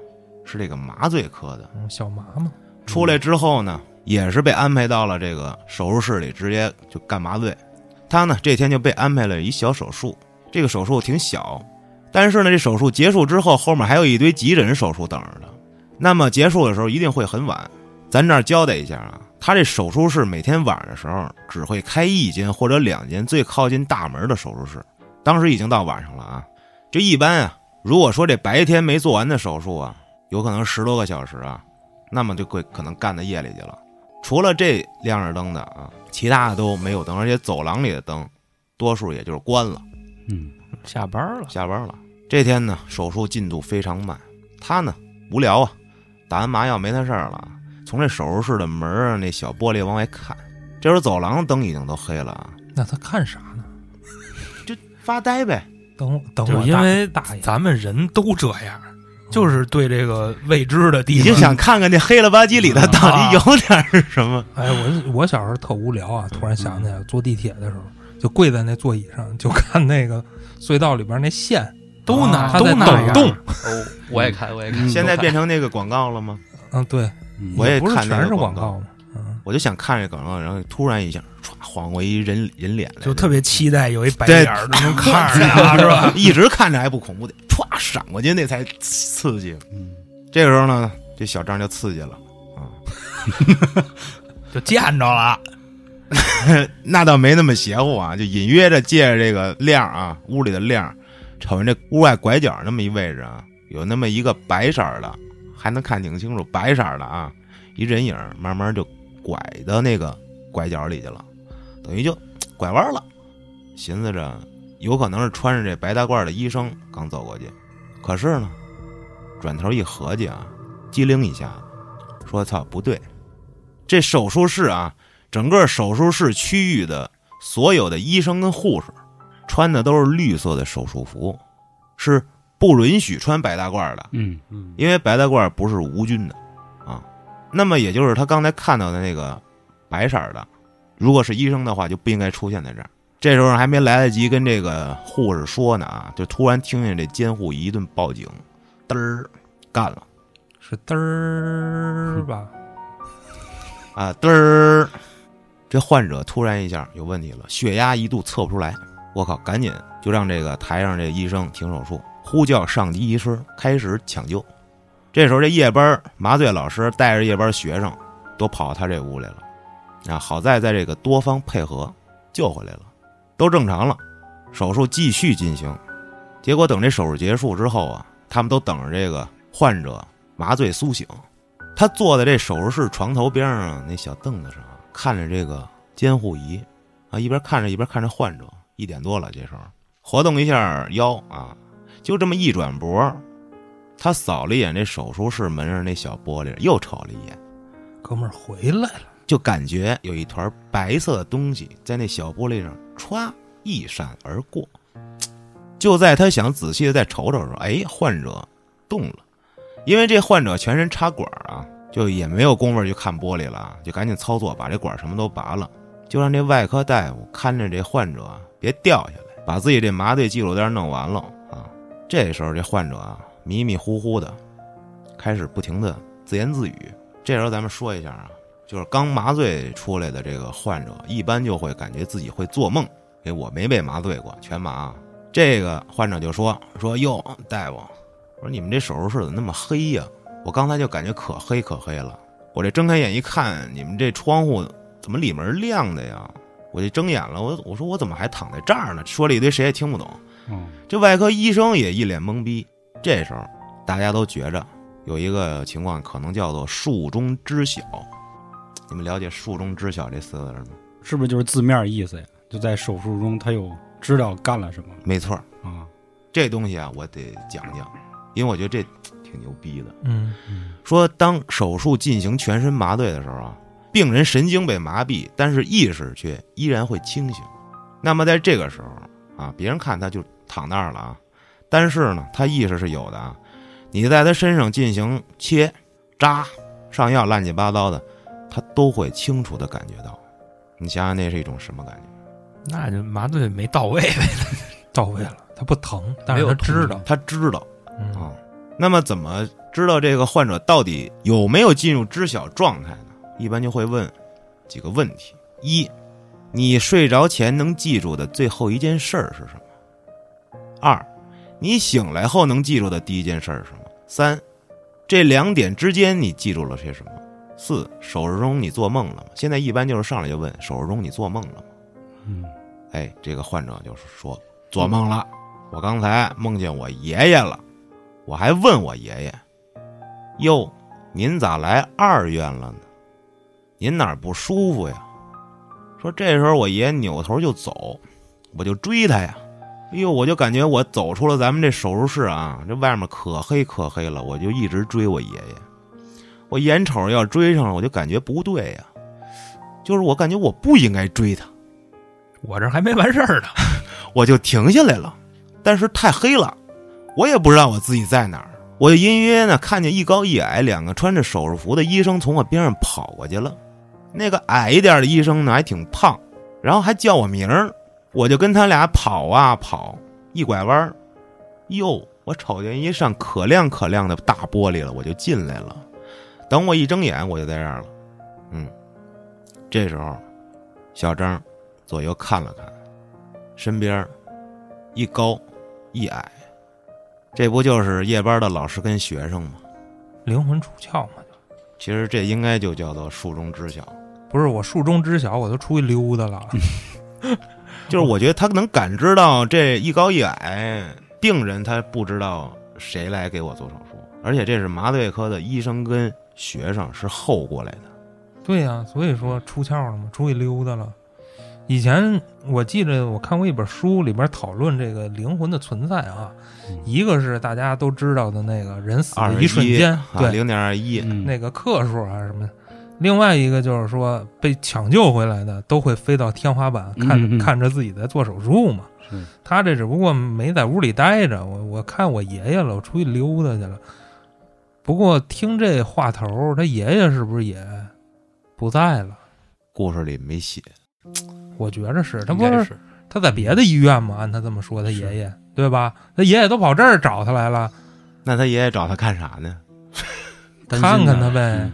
[SPEAKER 2] 是这个麻醉科的。
[SPEAKER 1] 嗯小麻嘛，
[SPEAKER 2] 出来之后呢，也是被安排到了这个手术室里，直接就干麻醉。他呢这天就被安排了一小手术，这个手术挺小，但是呢这手术结束之后，后面还有一堆急诊手术等着他。那么结束的时候一定会很晚，咱这儿交代一下啊，他这手术室每天晚上的时候只会开一间或者两间最靠近大门的手术室。当时已经到晚上了啊，这一般啊，如果说这白天没做完的手术啊，有可能十多个小时啊，那么就会可能干到夜里去了。除了这亮着灯的啊，其他的都没有灯，而且走廊里的灯，多数也就是关了，
[SPEAKER 4] 嗯，
[SPEAKER 1] 下班了。
[SPEAKER 2] 下班了。这天呢，手术进度非常慢，他呢无聊啊，打完麻药没他事儿了，从这手术室的门儿那小玻璃往外看，这时候走廊灯已经都黑了啊，
[SPEAKER 1] 那他看啥呢？
[SPEAKER 2] 就发呆呗。
[SPEAKER 1] 等我等
[SPEAKER 6] 就
[SPEAKER 1] 我
[SPEAKER 6] 是因
[SPEAKER 1] 大
[SPEAKER 6] 为
[SPEAKER 1] 大爷
[SPEAKER 6] 咱们人都这样，就是对这个未知的地
[SPEAKER 2] 你就
[SPEAKER 6] 方，
[SPEAKER 2] 想看看那黑了吧唧里头到底有点儿什么。
[SPEAKER 1] 哎，我我小时候特无聊啊，突然想
[SPEAKER 6] 嗯
[SPEAKER 1] 起来，坐地铁的时候就跪在那座椅上，就看那个隧道里边那线啊
[SPEAKER 6] 都那
[SPEAKER 1] 他
[SPEAKER 6] 都
[SPEAKER 1] 在
[SPEAKER 6] 那
[SPEAKER 1] 抖
[SPEAKER 4] 啊
[SPEAKER 6] 样
[SPEAKER 1] 动。
[SPEAKER 5] 哦，我也看，我也看。
[SPEAKER 6] 嗯
[SPEAKER 2] 现在
[SPEAKER 5] 都看
[SPEAKER 2] 变成那个广告了吗？
[SPEAKER 1] 嗯，对，
[SPEAKER 4] 嗯
[SPEAKER 2] 我也
[SPEAKER 1] 不是
[SPEAKER 2] 看那
[SPEAKER 1] 全
[SPEAKER 2] 个
[SPEAKER 1] 是
[SPEAKER 2] 广
[SPEAKER 1] 广
[SPEAKER 2] 告
[SPEAKER 1] 告嘛，嗯，
[SPEAKER 2] 我就想看这广告，然后突然一下唰晃过一人人脸来，
[SPEAKER 6] 就特别期待有一白眼儿能
[SPEAKER 2] <laughs>
[SPEAKER 6] 看着他，是吧？
[SPEAKER 2] 一直看着还不恐怖的，歘闪过去那才刺激。
[SPEAKER 4] 嗯
[SPEAKER 2] 这个时候呢，这小张就刺激了，
[SPEAKER 6] 就见着了，
[SPEAKER 2] 那倒没那么邪乎啊，就隐约着借着这个亮啊，屋里的亮，瞅见这屋外拐角那么一位置啊，有那么一个白色儿的，还能看挺清楚，白色儿的啊，一人影儿慢慢就拐到那个拐角里去了，等于就拐弯了。寻思着有可能是穿着这白大褂的医生刚走过去，可是呢，转头一合计啊，机灵一下，说操不对，这手术室啊，整个手术室区域的所有的医生跟护士穿的都是绿色的手术服，是不允许穿白大褂的，
[SPEAKER 4] 嗯嗯
[SPEAKER 2] 因为白大褂不是无菌的啊。那么也就是他刚才看到的那个白色儿的，如果是医生的话，就不应该出现在这儿。这时候还没来得及跟这个护士说呢啊，就突然听见这监护仪一顿报警，嘚儿干了
[SPEAKER 1] 是嘚儿吧？
[SPEAKER 2] 啊，嘚儿！这患者突然一下有问题了，血压一度测不出来，我靠，赶紧就让这个台上这医生停手术，呼叫上级医师开始抢救。这时候这夜班儿麻醉老师带着夜班学生都跑他这屋来了，啊，好在在这个多方配合救回来了，都正常了，手术继续进行。结果等这手术结束之后啊，他们都等着这个患者麻醉苏醒。他坐在这手术室床头边上那小凳子上啊，看着这个监护仪，啊，一边看着一边看着患者。一点多了，这时候活动一下腰啊，就这么一转脖，他扫了一眼这手术室门上那小玻璃，又瞅了一眼，
[SPEAKER 1] 哥们儿回来了，
[SPEAKER 2] 就感觉有一团白色的东西在那小玻璃上歘一闪而过。就在他想仔细的再瞅瞅的时候，哎，患者动了，因为这患者全身插管啊，就也没有功夫去看玻璃了啊，就赶紧操作把这管什么都拔了，就让这外科大夫看着这患者啊别掉下来，把自己这麻醉记录单弄完了啊。这时候这患者啊迷迷糊糊的，开始不停的自言自语。这时候咱们说一下啊，就是刚麻醉出来的这个患者，一般就会感觉自己会做梦。给我没被麻醉过，全麻啊。这个患者就说说哟，大夫，我说你们这手术室怎么那么黑呀、我刚才就感觉可黑可黑了。我这睁开眼一看，你们这窗户怎么里面是亮的呀？我这睁眼了，我我说我怎么还躺在这儿呢？说了一堆谁也听不懂。
[SPEAKER 4] 嗯，
[SPEAKER 2] 这外科医生也一脸懵逼。这时候，大家都觉着有一个情况可能叫做“术中知晓”。你们了解“术中知晓”这四个字吗？
[SPEAKER 4] 是不是就是字面意思呀？就在手术中，他有知道干了什么
[SPEAKER 2] 没错儿，
[SPEAKER 4] 啊？
[SPEAKER 2] 这东西啊，我得讲讲，因为我觉得这挺牛逼的。
[SPEAKER 1] 嗯，
[SPEAKER 2] 说当手术进行全身麻醉的时候啊，病人神经被麻痹，但是意识却依然会清醒。那么在这个时候啊，别人看他就躺那儿了啊，但是呢，他意识是有的啊。你在他身上进行切、扎、上药，乱七八糟的，他都会清楚的感觉到。你想想，那是一种什么感觉？
[SPEAKER 6] 那就麻醉没到位呗。
[SPEAKER 1] 到位了，他不疼，但是
[SPEAKER 5] 没
[SPEAKER 1] 他
[SPEAKER 5] 有
[SPEAKER 1] 知
[SPEAKER 5] 痛
[SPEAKER 1] 道
[SPEAKER 5] 觉，
[SPEAKER 2] 他知道
[SPEAKER 1] 嗯
[SPEAKER 2] 啊、那么怎么知道这个患者到底有没有进入知晓状态呢？一般就会问几个问题：一，你睡着前能记住的最后一件事儿是什么？二，你醒来后能记住的第一件事儿是什么？三，这两点之间你记住了些什么？四，手术中你做梦了吗？现在一般就是上来就问手术中你做梦了吗？
[SPEAKER 4] 嗯，
[SPEAKER 2] 哎，这个患者就是说做梦了，我刚才梦见我爷爷了，我还问我爷爷，哟，您咋来二院了呢？您哪儿不舒服呀？说这时候我爷爷扭头就走，我就追他呀。哎呦，我就感觉我走出了咱们这手术室啊，这外面可黑可黑了，我就一直追我爷爷。我眼瞅着要追上了，我就感觉不对呀，就是我感觉我不应该追他。
[SPEAKER 6] 我这还没完事儿呢，
[SPEAKER 2] 我就停下来了。但是太黑了，我也不知道我自己在哪儿。我就隐隐约约呢看见一高一矮两个穿着手术服的医生从我边上跑过去了。那个矮一点的医生呢还挺胖，然后还叫我名儿，我就跟他俩跑啊跑，一拐弯儿，哟，我瞅见一扇可亮可亮的大玻璃了，我就进来了。等我一睁眼，我就在这儿了。嗯，这时候，小张左右看了看。身边儿一高一矮，这不就是夜班的老师跟学生吗？
[SPEAKER 1] 灵魂出窍嘛，就
[SPEAKER 2] 其实这应该就叫做术中知晓，
[SPEAKER 1] 不是我术中知晓，我都出去溜达了，
[SPEAKER 2] 就是我觉得他能感知到这一高一矮，病人他不知道谁来给我做手术，而且这是麻醉科的医生跟学生是后过来的。
[SPEAKER 1] 对呀、所以说出窍了嘛，出去溜达了。以前我记着我看过一本书，里边讨论这个灵魂的存在啊，
[SPEAKER 4] 嗯
[SPEAKER 1] 一个是大家都知道的那个人死
[SPEAKER 2] 二
[SPEAKER 1] 的一瞬间，
[SPEAKER 2] 啊，
[SPEAKER 1] 对
[SPEAKER 2] 零点二一，
[SPEAKER 4] 嗯
[SPEAKER 1] 那个克数啊什么的。另外一个就是说，被抢救回来的都会飞到天花板，看、
[SPEAKER 4] 嗯嗯嗯
[SPEAKER 1] 看着自己在做手术嘛。
[SPEAKER 4] 是
[SPEAKER 1] 他这只不过没在屋里待着，我我看我爷爷了，我出去溜达去了。不过听这话头儿，他爷爷是不是也不在了？
[SPEAKER 2] 故事里没写，
[SPEAKER 1] 我觉着是他
[SPEAKER 5] 应
[SPEAKER 1] 不
[SPEAKER 5] 该
[SPEAKER 1] 是
[SPEAKER 5] 是
[SPEAKER 1] 他在别的医院吗？按他这么说，他爷爷对吧？他爷爷都跑这儿找他来了，
[SPEAKER 2] 那他爷爷找他干啥呢？
[SPEAKER 4] 担心
[SPEAKER 1] 看看
[SPEAKER 5] <laughs>
[SPEAKER 1] 他
[SPEAKER 4] 呢
[SPEAKER 1] 呗。
[SPEAKER 4] 嗯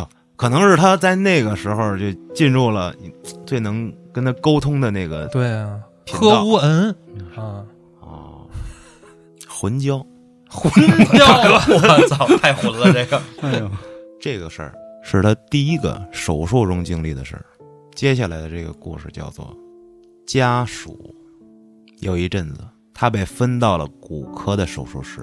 [SPEAKER 2] 啊，可能是他在那个时候就进入了你最能跟他沟通的那个
[SPEAKER 1] 对啊，
[SPEAKER 2] 频道
[SPEAKER 1] 科无恩
[SPEAKER 4] 嗯
[SPEAKER 1] 啊，
[SPEAKER 2] 哦， <laughs> 魂交
[SPEAKER 1] 混掉了。
[SPEAKER 6] <laughs>
[SPEAKER 5] 我操，太混了这个。
[SPEAKER 4] 哎呦，
[SPEAKER 2] 这个事儿是他第一个手术中经历的事儿。接下来的这个故事叫做家属。有一阵子，他被分到了骨科的手术室。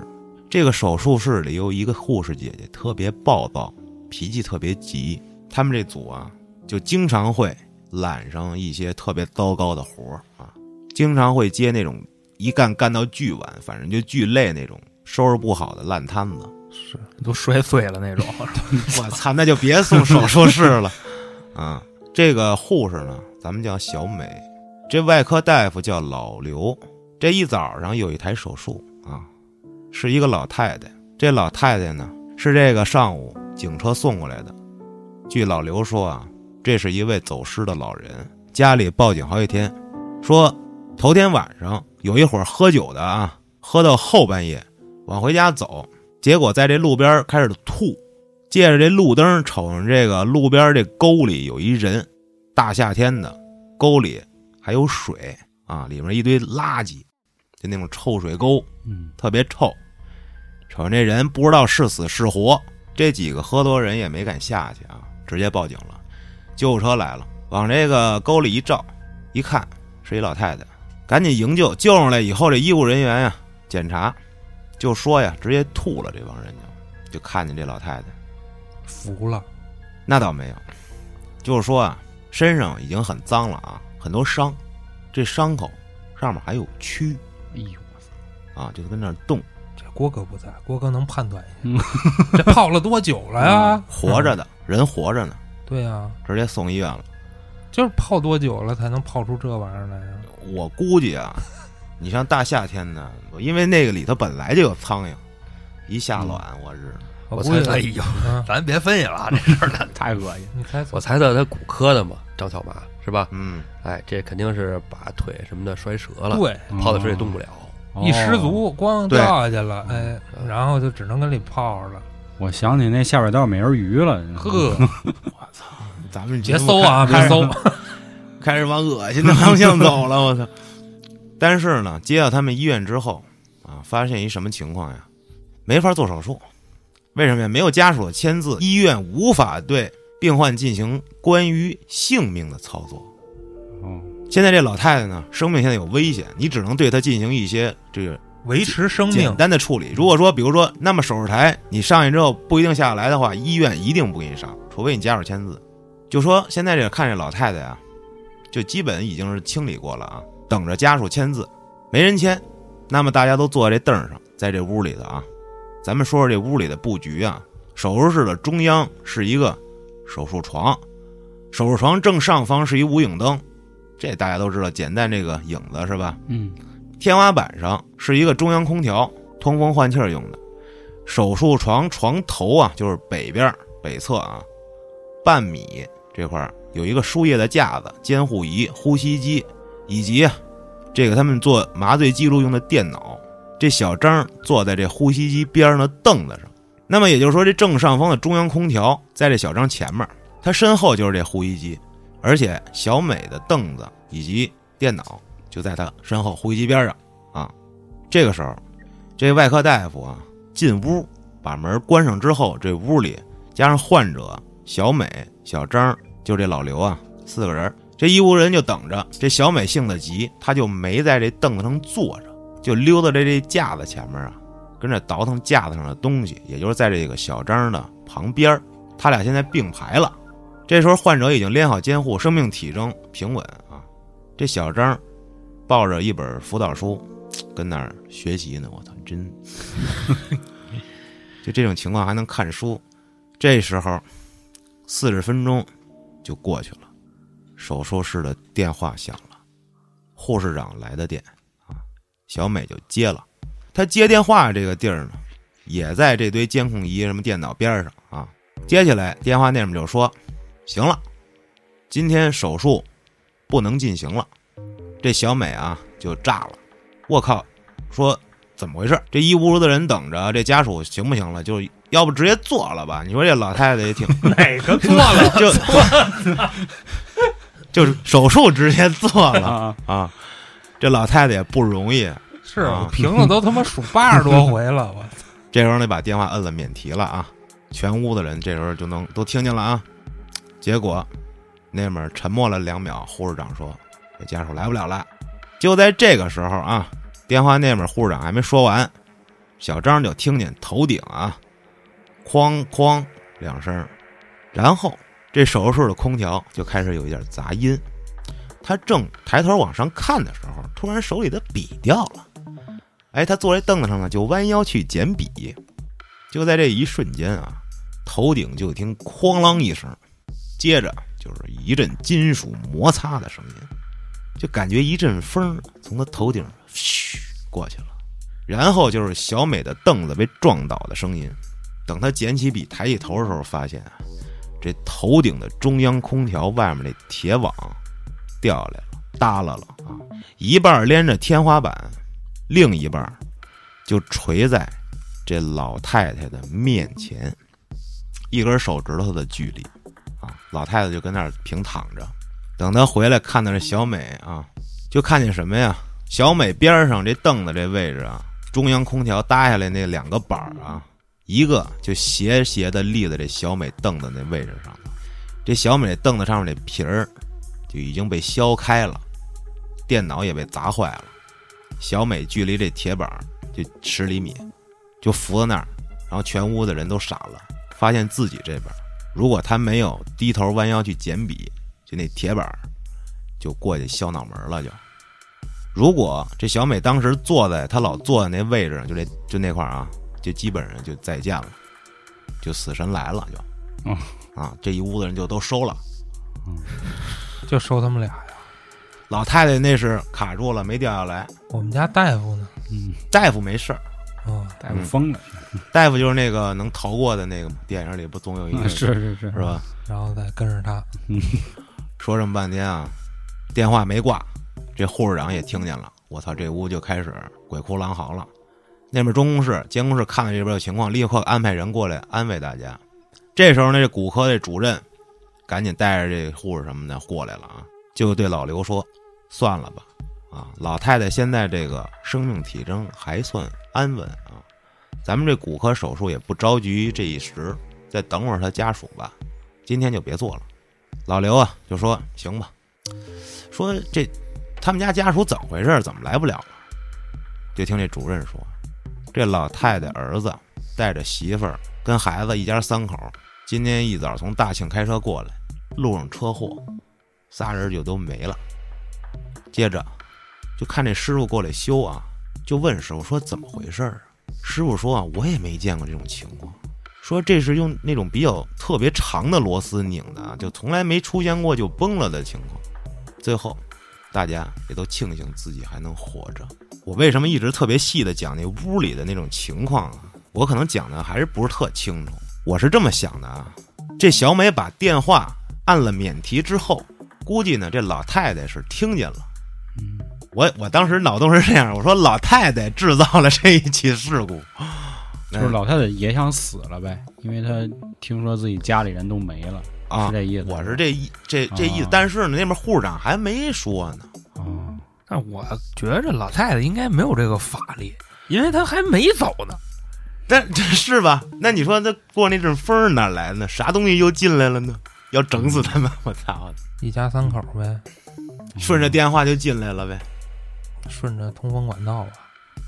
[SPEAKER 2] 这个手术室里有一个护士姐姐，特别暴躁，脾气特别急。他们这组啊，就经常会揽上一些特别糟糕的活儿啊，经常会接那种一干干到巨晚，反正就巨累那种，收拾不好的烂摊子。
[SPEAKER 6] 都摔碎
[SPEAKER 5] <laughs>
[SPEAKER 6] 了那种。
[SPEAKER 2] 我 <laughs> 操，那就别送手术室了。啊，这个护士呢，咱们叫小美，这外科大夫叫老刘。这一早上有一台手术啊，是一个老太太。这老太太呢，是这个上午警车送过来的。据老刘说啊，这是一位走失的老人，家里报警好几天，说头天晚上有一伙喝酒的啊，喝到后半夜，往回家走，结果在这路边开始吐，借着这路灯瞅着这个路边这沟里有一人，大夏天的沟里还有水啊，里面一堆垃圾，就那种臭水沟，
[SPEAKER 4] 嗯，
[SPEAKER 2] 特别臭。瞅着那人不知道是死是活，这几个喝多人也没敢下去啊，直接报警了。救护车来了，往这个沟里一照，一看是一老太太，赶紧营救。救上来以后，这医务人员呀检查，就说呀直接吐了，这帮人就就看见这老太太，
[SPEAKER 1] 服了，
[SPEAKER 2] 那倒没有，就是说啊身上已经很脏了啊，很多伤，这伤口上面还有蛆
[SPEAKER 4] 哎呦，我操
[SPEAKER 2] 啊，就跟那儿动。
[SPEAKER 1] 这郭哥不在，郭哥能判断一下， <laughs> 这泡了多久了呀？
[SPEAKER 2] 活着的人活着呢，
[SPEAKER 1] 对呀，
[SPEAKER 2] 直接送医院了。
[SPEAKER 1] 就是泡多久了才能泡出这玩意儿来呀？
[SPEAKER 2] 我估计啊，你像大夏天的，因为那个里头本来就有苍蝇，一下
[SPEAKER 1] 嗯
[SPEAKER 2] 卵我日，
[SPEAKER 1] 我
[SPEAKER 5] 我
[SPEAKER 1] 估计
[SPEAKER 5] 猜
[SPEAKER 6] 哎呦，
[SPEAKER 1] 啊，
[SPEAKER 6] 咱别分析了啊，这事儿咱
[SPEAKER 4] 太恶心了！
[SPEAKER 1] 你猜错
[SPEAKER 5] 我猜测他骨科的嘛，张小马是吧？
[SPEAKER 2] 嗯，
[SPEAKER 5] 哎，这肯定是把腿什么的摔折了，
[SPEAKER 1] 对，
[SPEAKER 5] 泡在水里动不了。
[SPEAKER 6] 嗯
[SPEAKER 4] 哦
[SPEAKER 1] 一失足光掉
[SPEAKER 2] 对
[SPEAKER 1] 下去了，哎，然后就只能跟里泡着了。
[SPEAKER 4] 我想起那下水道美人鱼了，
[SPEAKER 1] 呵，
[SPEAKER 2] 咱们
[SPEAKER 1] 别搜啊，别搜，
[SPEAKER 2] 开始往恶心的方向走了，我操！但是呢，接到他们医院之后啊，发现一什么情况呀？没法做手术，为什么呀？没有家属的签字，医院无法对病患进行关于性命的操作。
[SPEAKER 4] 哦，
[SPEAKER 2] 现在这老太太呢，生命现在有危险，你只能对她进行一些这个
[SPEAKER 1] 维持生
[SPEAKER 2] 简
[SPEAKER 1] 命。
[SPEAKER 2] 单的处理。如果说，比如说，那么手术台你上去之后不一定下得来的话，医院一定不给你上，除非你家属签字。就说现在这个看这老太太啊，就基本已经是清理过了啊，等着家属签字，没人签，那么大家都坐在这凳上，在这屋里头啊，咱们说说这屋里的布局啊。手术室的中央是一个手术床，手术床正上方是一无影灯，这大家都知道，简单这个影子是吧？
[SPEAKER 4] 嗯，
[SPEAKER 2] 天花板上是一个中央空调，通风换气儿用的。手术床床头啊，就是北边儿北侧啊，半米这块儿有一个输液的架子、监护仪、呼吸机，以及啊这个他们做麻醉记录用的电脑。这小张坐在这呼吸机边上的凳子上，那么也就是说，这正上方的中央空调在这小张前面儿，他身后就是这呼吸机，而且小美的凳子以及电脑就在他身后呼吸机边上啊。这个时候，这外科大夫啊进屋，把门关上之后，这屋里加上患者小美、小张，就这老刘啊，四个人。这医务人就等着，这小美性子急，她就没在这凳子上坐着，就溜达在这架子前面啊，跟着倒腾架子上的东西，也就是在这个小张的旁边儿。他俩现在并排了。这时候患者已经连好监护，生命体征平稳啊。这小张抱着一本辅导书，跟那儿学习呢。我操，真就这种情况还能看书？这时候四十分钟就过去了，手术室的电话响了，护士长来的电啊，小美就接了。她接电话这个地儿呢，也在这堆监控仪、什么电脑边上啊。接起来电话那边就说：“行了，今天手术不能进行了。”这小美啊就炸了，我靠，说怎么回事？这一屋子人等着，这家属行不行了？就要不直接做了吧？你说这老太太也挺
[SPEAKER 1] <laughs> 哪个错了？
[SPEAKER 2] <laughs> 就就是手术直接做
[SPEAKER 4] 啊
[SPEAKER 2] 了
[SPEAKER 4] 啊，
[SPEAKER 2] 啊，这老太太也不容易。
[SPEAKER 1] 是
[SPEAKER 2] 啊
[SPEAKER 1] 我瓶子都他妈数八十多回了，我操！
[SPEAKER 2] 这时候那把电话摁了免提了啊，全屋的人这时候就能都听见了啊。结果那边沉默了两秒，护士长说：“这家属来不了了。”就在这个时候啊，电话那边护士长还没说完，小张就听见头顶啊哐哐两声，然后这手术室的空调就开始有一点杂音。他正抬头往上看的时候，突然手里的笔掉了。哎，他坐在凳子上呢，就弯腰去捡笔。就在这一瞬间啊，头顶就听“哐啷”一声，接着就是一阵金属摩擦的声音，就感觉一阵风从他头顶嘘过去了。然后就是小美的凳子被撞倒的声音。等他捡起笔抬起头的时候，发现啊，这头顶的中央空调外面那铁网掉下来了，耷拉了啊，一半连着天花板，另一半儿就垂在这老太太的面前，一根手指头的距离啊，老太太就跟那儿平躺着。等他回来看到这小美啊，就看见什么呀？小美边上这凳子这位置啊，中央空调搭下来那两个板儿啊，一个就斜斜的立在这小美凳子那位置上了这小美凳子上面这皮儿就已经被削开了，电脑也被砸坏了。小美距离这铁板儿就十厘米，就伏在那儿，然后全屋的人都傻了，发现自己这边儿，如果她没有低头弯腰去捡笔，就那铁板儿就过去削脑门儿了就。如果这小美当时坐在她老坐的那位置，就这就那块儿啊，就基本上就再见了，就死神来了就，
[SPEAKER 4] 嗯
[SPEAKER 2] 啊，这一屋子人就都收了。
[SPEAKER 1] 就收他们俩呀。
[SPEAKER 2] 老太太那是卡住了，没掉下来。
[SPEAKER 1] 我们家大夫呢？
[SPEAKER 4] 嗯，
[SPEAKER 2] 大夫没事儿，
[SPEAKER 1] 啊，
[SPEAKER 4] 大夫疯了，
[SPEAKER 2] 大夫就是那个能逃过的那个电影里不总有一个、
[SPEAKER 4] 啊 <laughs> 是是是
[SPEAKER 2] 是吧？
[SPEAKER 1] 然后再跟着他，
[SPEAKER 2] 说这么半天啊，电话没挂，这护士长也听见了。我操，这屋就开始鬼哭狼嚎了。那边中控室、监控室看到这边有情况，立刻安排人过来安慰大家。这时候呢，这骨科的主任赶紧带着这护士什么的过来了啊，就对老刘说：“算了吧，啊，老太太现在这个生命体征还算安稳啊，咱们这骨科手术也不着急这一时，再等会儿她家属吧，今天就别做了。”老刘啊，就说行吧，说这他们家家属怎么回事？怎么来不了了？就听这主任说，这老太太儿子带着媳妇儿跟孩子一家三口，今天一早从大庆开车过来，路上车祸，仨人就都没了。接着就看这师傅过来修啊，就问师傅说怎么回事儿啊？师傅说啊，我也没见过这种情况。说这是用那种比较特别长的螺丝拧的啊，就从来没出现过就崩了的情况。最后，大家也都庆幸自己还能活着。我为什么一直特别细的讲那屋里的那种情况啊？我可能讲的还是不是特清楚。我是这么想的啊，这小美把电话按了免提之后，估计呢这老太太是听见了。我我当时脑洞是这样，我说老太太制造了这一起事故，
[SPEAKER 4] 就是老太太也想死了呗，因为她听说自己家里人都没了，
[SPEAKER 2] 啊，
[SPEAKER 4] 是这意思吧？
[SPEAKER 2] 我是这意这这意思
[SPEAKER 4] 啊，
[SPEAKER 2] 但是呢，那边护士长还没说呢。
[SPEAKER 4] 啊，
[SPEAKER 6] 但我觉得这老太太应该没有这个法力，因为她还没走呢。
[SPEAKER 2] 但这 <laughs> 是吧？那你说这过那阵风哪来呢？啥东西又进来了呢？要整死他们！ <laughs> 我操！
[SPEAKER 1] 一家三口呗，
[SPEAKER 2] 顺着电话就进来了呗，
[SPEAKER 1] 顺着通风管道吧，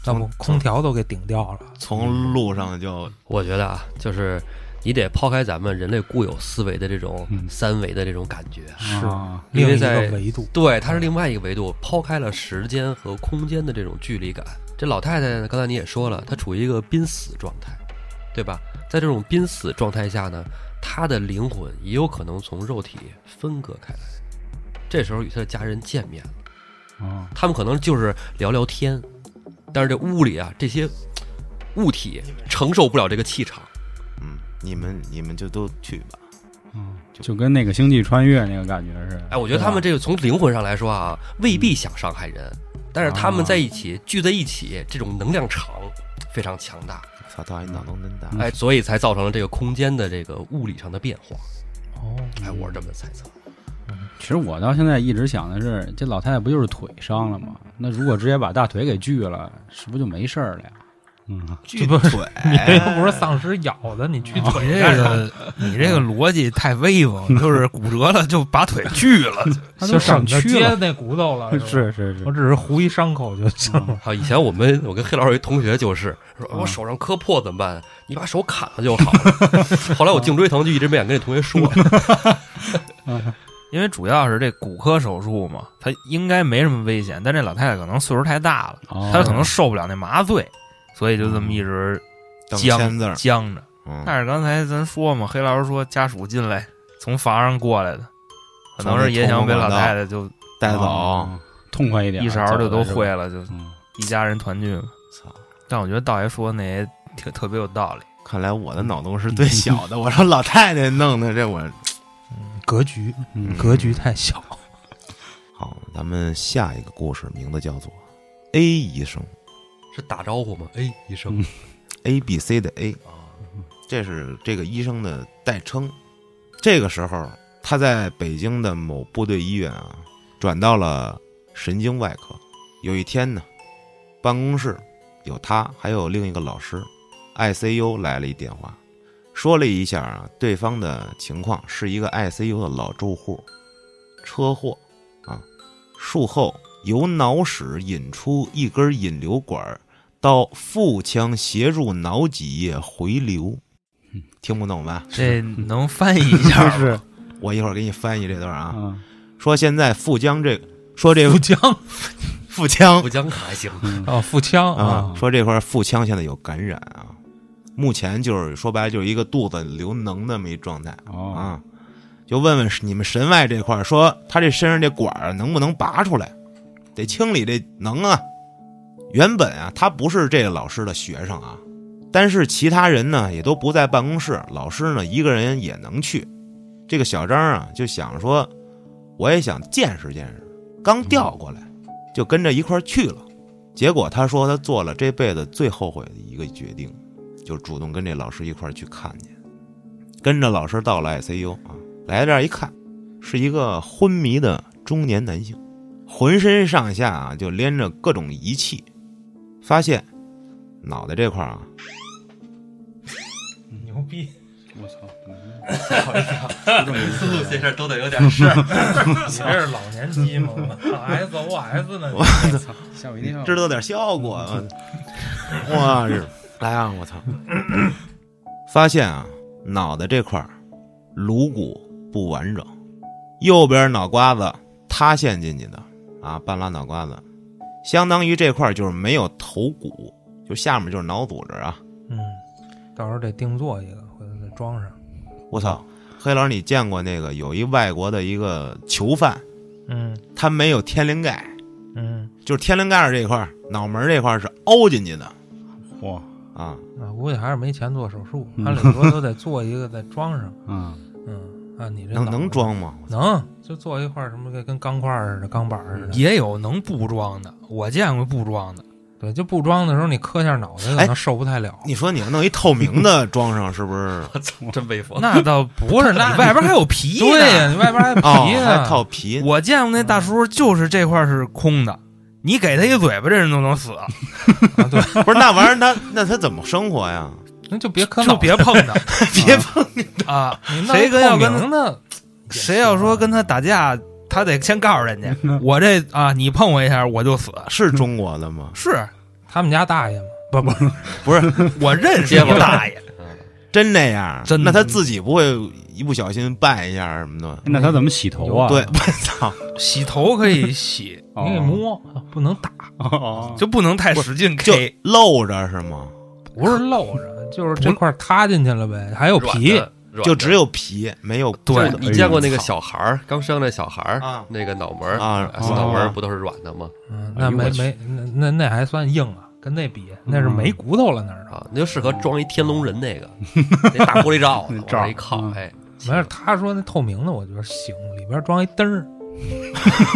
[SPEAKER 1] 要不空调都给顶掉了。
[SPEAKER 2] 从路上就
[SPEAKER 5] 我觉得啊，就是你得抛开咱们人类固有思维的这种
[SPEAKER 4] 嗯
[SPEAKER 5] 三维的这种感觉，
[SPEAKER 4] 是啊，
[SPEAKER 5] 因
[SPEAKER 1] 另
[SPEAKER 5] 为
[SPEAKER 1] 一
[SPEAKER 5] 在
[SPEAKER 1] 个维度，
[SPEAKER 5] 对，它是另外一个维度，抛开了时间和空间的这种距离感。这老太太呢，刚才你也说了，她处于一个濒死状态，对吧？在这种濒死状态下呢，她的灵魂也有可能从肉体分割开来。这时候与她的家人见面了，
[SPEAKER 4] 啊，
[SPEAKER 5] 他们可能就是聊聊天，但是这屋里啊，这些物体承受不了这个气场。
[SPEAKER 2] 嗯，你们你们就都去吧。
[SPEAKER 4] 嗯就跟那个《星际穿越》那个感觉似的。
[SPEAKER 5] 哎，我觉得
[SPEAKER 4] 对吧
[SPEAKER 5] 他们这个从灵魂上来说啊，未必想伤害人，但是他们在一起聚在一起，这种能量场非常强大，
[SPEAKER 2] 操，他脑洞真大。
[SPEAKER 5] 哎，所以才造成了这个空间的这个物理上的变化。
[SPEAKER 1] 哦，
[SPEAKER 5] 哎，我是这么猜测。
[SPEAKER 4] 其实我到现在一直想的是，这老太太不就是腿伤了吗？那如果直接把大腿给锯了，是不是就没事儿了呀？嗯，
[SPEAKER 2] 锯
[SPEAKER 1] 不
[SPEAKER 2] 腿
[SPEAKER 1] 是，你又不是丧尸咬的，你去
[SPEAKER 6] 哦你
[SPEAKER 1] 腿
[SPEAKER 6] 这
[SPEAKER 1] 干啥
[SPEAKER 6] 个你这个逻辑太威
[SPEAKER 1] <laughs>
[SPEAKER 6] 风，就是骨折了就把腿锯了，
[SPEAKER 4] 他
[SPEAKER 1] 就
[SPEAKER 4] 都
[SPEAKER 1] 省
[SPEAKER 4] 省
[SPEAKER 1] 着
[SPEAKER 4] 去
[SPEAKER 1] 接
[SPEAKER 4] 了，
[SPEAKER 1] 那骨头
[SPEAKER 6] <laughs>
[SPEAKER 1] 了。吧，
[SPEAKER 4] <laughs> 是是
[SPEAKER 1] 我
[SPEAKER 4] 是，
[SPEAKER 1] 只是糊一伤口就行
[SPEAKER 6] 嗯
[SPEAKER 1] 了。
[SPEAKER 5] 还有以前我们我跟黑老师有一同学就是说，
[SPEAKER 4] 嗯
[SPEAKER 5] 我手上磕破怎么办？你把手砍了就好了。 <laughs> 后来我颈椎疼，就一直没敢跟这同学说。
[SPEAKER 6] 因为主要是这骨科手术嘛，她应该没什么危险，但这老太太可能岁数太大了，她
[SPEAKER 1] 哦
[SPEAKER 4] 他
[SPEAKER 6] 可能受不了那麻醉，所以就这
[SPEAKER 1] 嗯
[SPEAKER 6] 么一直
[SPEAKER 2] 等
[SPEAKER 6] 僵
[SPEAKER 2] 签字儿，
[SPEAKER 6] 僵着。
[SPEAKER 2] 嗯，
[SPEAKER 6] 但是刚才咱说嘛，黑老师说家属进来从房上过来的，可能是也想被老太太就
[SPEAKER 2] 带走。
[SPEAKER 4] 啊痛快一点，
[SPEAKER 6] 一勺就都
[SPEAKER 4] 走
[SPEAKER 6] 会
[SPEAKER 4] 了
[SPEAKER 6] 了，就是
[SPEAKER 4] 吧。嗯
[SPEAKER 6] 一家人团聚嘛。
[SPEAKER 2] 操！
[SPEAKER 6] 但我觉得道爷说那也挺特别有道理。
[SPEAKER 2] 看来我的脑洞是最小的。我说老太太弄的这我
[SPEAKER 1] 格局，
[SPEAKER 4] 嗯
[SPEAKER 1] 格局太
[SPEAKER 4] <laughs>
[SPEAKER 1] 小。
[SPEAKER 2] 好，咱们下一个故事名字叫做《A 医生》。
[SPEAKER 5] 是打招呼吗？哎，医生，
[SPEAKER 2] A B C 的 A，这是这个医生的代称。这个时候，他在北京的某部队医院啊，转到了神经外科。有一天呢，办公室有他，还有另一个老师，ICU 来了一电话，说了一下啊对方的情况，是一个 ICU 的老住户，车祸啊，术后由脑室引出一根引流管儿到腹腔斜入脑脊液回流，听不懂吧？
[SPEAKER 1] 这能翻译一下吗？
[SPEAKER 4] 就 <laughs> 是
[SPEAKER 2] 我一会儿给你翻译这段啊。
[SPEAKER 4] 嗯
[SPEAKER 2] 说现在腹腔这，说这
[SPEAKER 1] <laughs> 腹腔
[SPEAKER 2] 腹腔
[SPEAKER 5] 不讲还 <laughs> 行，
[SPEAKER 4] 嗯
[SPEAKER 1] 啊，腹腔
[SPEAKER 2] 啊
[SPEAKER 1] 啊，，
[SPEAKER 2] 说这块腹腔现在有感染啊，目前就是说白了就是一个肚子流脓的这么一状态
[SPEAKER 4] 哦，
[SPEAKER 2] 啊，就问问你们神外这块儿，说他这身上这管儿能不能拔出来，得清理这能啊。原本啊，他不是这个老师的学生啊，但是其他人呢也都不在办公室，老师呢一个人也能去。这个小张啊就想说，我也想见识见识，刚调过来就跟着一块儿去了。结果他说他做了这辈子最后悔的一个决定，就主动跟这老师一块儿去看去，跟着老师到了 ICU 啊，来这儿一看，是一个昏迷的中年男性，浑身上下啊就连着各种仪器，发现脑袋这块儿啊
[SPEAKER 6] 牛
[SPEAKER 1] <laughs>
[SPEAKER 6] 逼！
[SPEAKER 4] 我操，
[SPEAKER 5] 每次录这事儿都得有点事儿。
[SPEAKER 1] 你这是老年期吗？S O S 呢？
[SPEAKER 4] 吓我一跳！
[SPEAKER 2] 知道点效果。啊！嗯 <laughs> 哇日，来啊！我操！发现啊，脑袋这块儿颅骨不完整，右边脑瓜子塌陷进去的啊，半拉脑瓜子，相当于这块儿就是没有头骨，就下面就是脑组织啊。
[SPEAKER 1] <laughs> 嗯，到时候得定做一个，回头再装上。
[SPEAKER 2] 我操！黑老师，你见过那个有一外国的一个囚犯，
[SPEAKER 1] 嗯
[SPEAKER 2] 他没有天灵盖，
[SPEAKER 1] 嗯，
[SPEAKER 2] 就是天灵盖儿这块儿、脑门儿这块儿是凹进去的
[SPEAKER 4] 哇，
[SPEAKER 2] 啊。
[SPEAKER 1] 啊，估计还是没钱做手术，按理说都得做一个再装上。
[SPEAKER 4] 嗯，
[SPEAKER 1] 嗯，啊，你这
[SPEAKER 2] 能
[SPEAKER 1] 脑
[SPEAKER 2] 能
[SPEAKER 1] 子
[SPEAKER 2] 装吗？
[SPEAKER 1] 能，就做一块儿什么跟跟钢块儿似的、钢板儿似的。
[SPEAKER 6] 也有能不装的，我见过不装的。
[SPEAKER 1] 对，就不装的时候，你磕一下脑袋可
[SPEAKER 2] 哎
[SPEAKER 1] 能受不太了。
[SPEAKER 2] 你说你要弄一透明的装上，是不是？
[SPEAKER 5] <laughs> 我操，真威风！
[SPEAKER 6] 那
[SPEAKER 1] <laughs>
[SPEAKER 6] 倒哦不是，
[SPEAKER 1] 那
[SPEAKER 6] 你外边还有皮呢。
[SPEAKER 1] 对呀，你外边还
[SPEAKER 2] 哦，
[SPEAKER 1] 皮
[SPEAKER 2] 还
[SPEAKER 1] 呢，
[SPEAKER 2] 套皮呢。
[SPEAKER 6] 我见过那大叔，就是这块是空的，你给他一嘴巴，这人都能死，
[SPEAKER 1] 啊对，
[SPEAKER 2] 不是那玩意儿，那那他怎么生活呀？
[SPEAKER 1] 那就别磕脑
[SPEAKER 6] 就
[SPEAKER 1] 袋，
[SPEAKER 6] <laughs> 别碰他
[SPEAKER 2] 别碰
[SPEAKER 6] 啊！
[SPEAKER 1] 你弄
[SPEAKER 6] 谁跟要跟
[SPEAKER 1] 透明的，
[SPEAKER 6] 谁要说跟他打架，他得先告诉人 <laughs> 家，我这啊，你碰我一下我就死。
[SPEAKER 2] 是中国的吗？
[SPEAKER 6] 是
[SPEAKER 1] 他们家大爷嘛，不不，
[SPEAKER 2] 不是
[SPEAKER 6] 我认识
[SPEAKER 5] 结
[SPEAKER 6] 你
[SPEAKER 5] 巴
[SPEAKER 6] 大爷，
[SPEAKER 2] 真那样，
[SPEAKER 6] 真
[SPEAKER 2] 那
[SPEAKER 6] 的
[SPEAKER 2] 他自己不会一不小心绊一下什么的？
[SPEAKER 4] 那他怎么洗头啊？
[SPEAKER 2] 对， <laughs> 我操！
[SPEAKER 6] 洗头可以 <laughs> 洗，
[SPEAKER 4] 哦，
[SPEAKER 1] 你给摸，不能打，
[SPEAKER 4] <laughs> 哦，
[SPEAKER 6] 就不能太使劲
[SPEAKER 2] 就
[SPEAKER 6] K。
[SPEAKER 2] 露着是吗？
[SPEAKER 1] 不是露着，就是这块儿塌进去了呗，还有皮，
[SPEAKER 2] 就只有皮，没有
[SPEAKER 6] 对
[SPEAKER 2] 骨
[SPEAKER 5] 对
[SPEAKER 2] 头
[SPEAKER 5] 你见过
[SPEAKER 1] 哎
[SPEAKER 5] 那个小孩儿刚生那小孩儿
[SPEAKER 2] 啊
[SPEAKER 5] 那个脑门儿
[SPEAKER 2] 啊
[SPEAKER 5] 哎脑门
[SPEAKER 2] 啊
[SPEAKER 5] 儿不都是软的吗？
[SPEAKER 1] 嗯，
[SPEAKER 4] 哎
[SPEAKER 1] 那
[SPEAKER 4] 呦
[SPEAKER 1] 没
[SPEAKER 4] 我去
[SPEAKER 1] 没那那那还算硬啊，跟那比
[SPEAKER 6] 嗯
[SPEAKER 1] 那是没骨头了那儿都。
[SPEAKER 5] 啊，那就适合装一天龙人
[SPEAKER 1] <laughs>
[SPEAKER 5] 那个那大玻璃罩子，
[SPEAKER 4] 那
[SPEAKER 5] 往
[SPEAKER 4] 罩
[SPEAKER 5] 那
[SPEAKER 4] 儿
[SPEAKER 5] 一靠，
[SPEAKER 4] 嗯
[SPEAKER 5] 哎，。
[SPEAKER 1] 没事，他说那透明的，我觉得行，里边装一灯
[SPEAKER 6] <laughs>
[SPEAKER 1] 儿。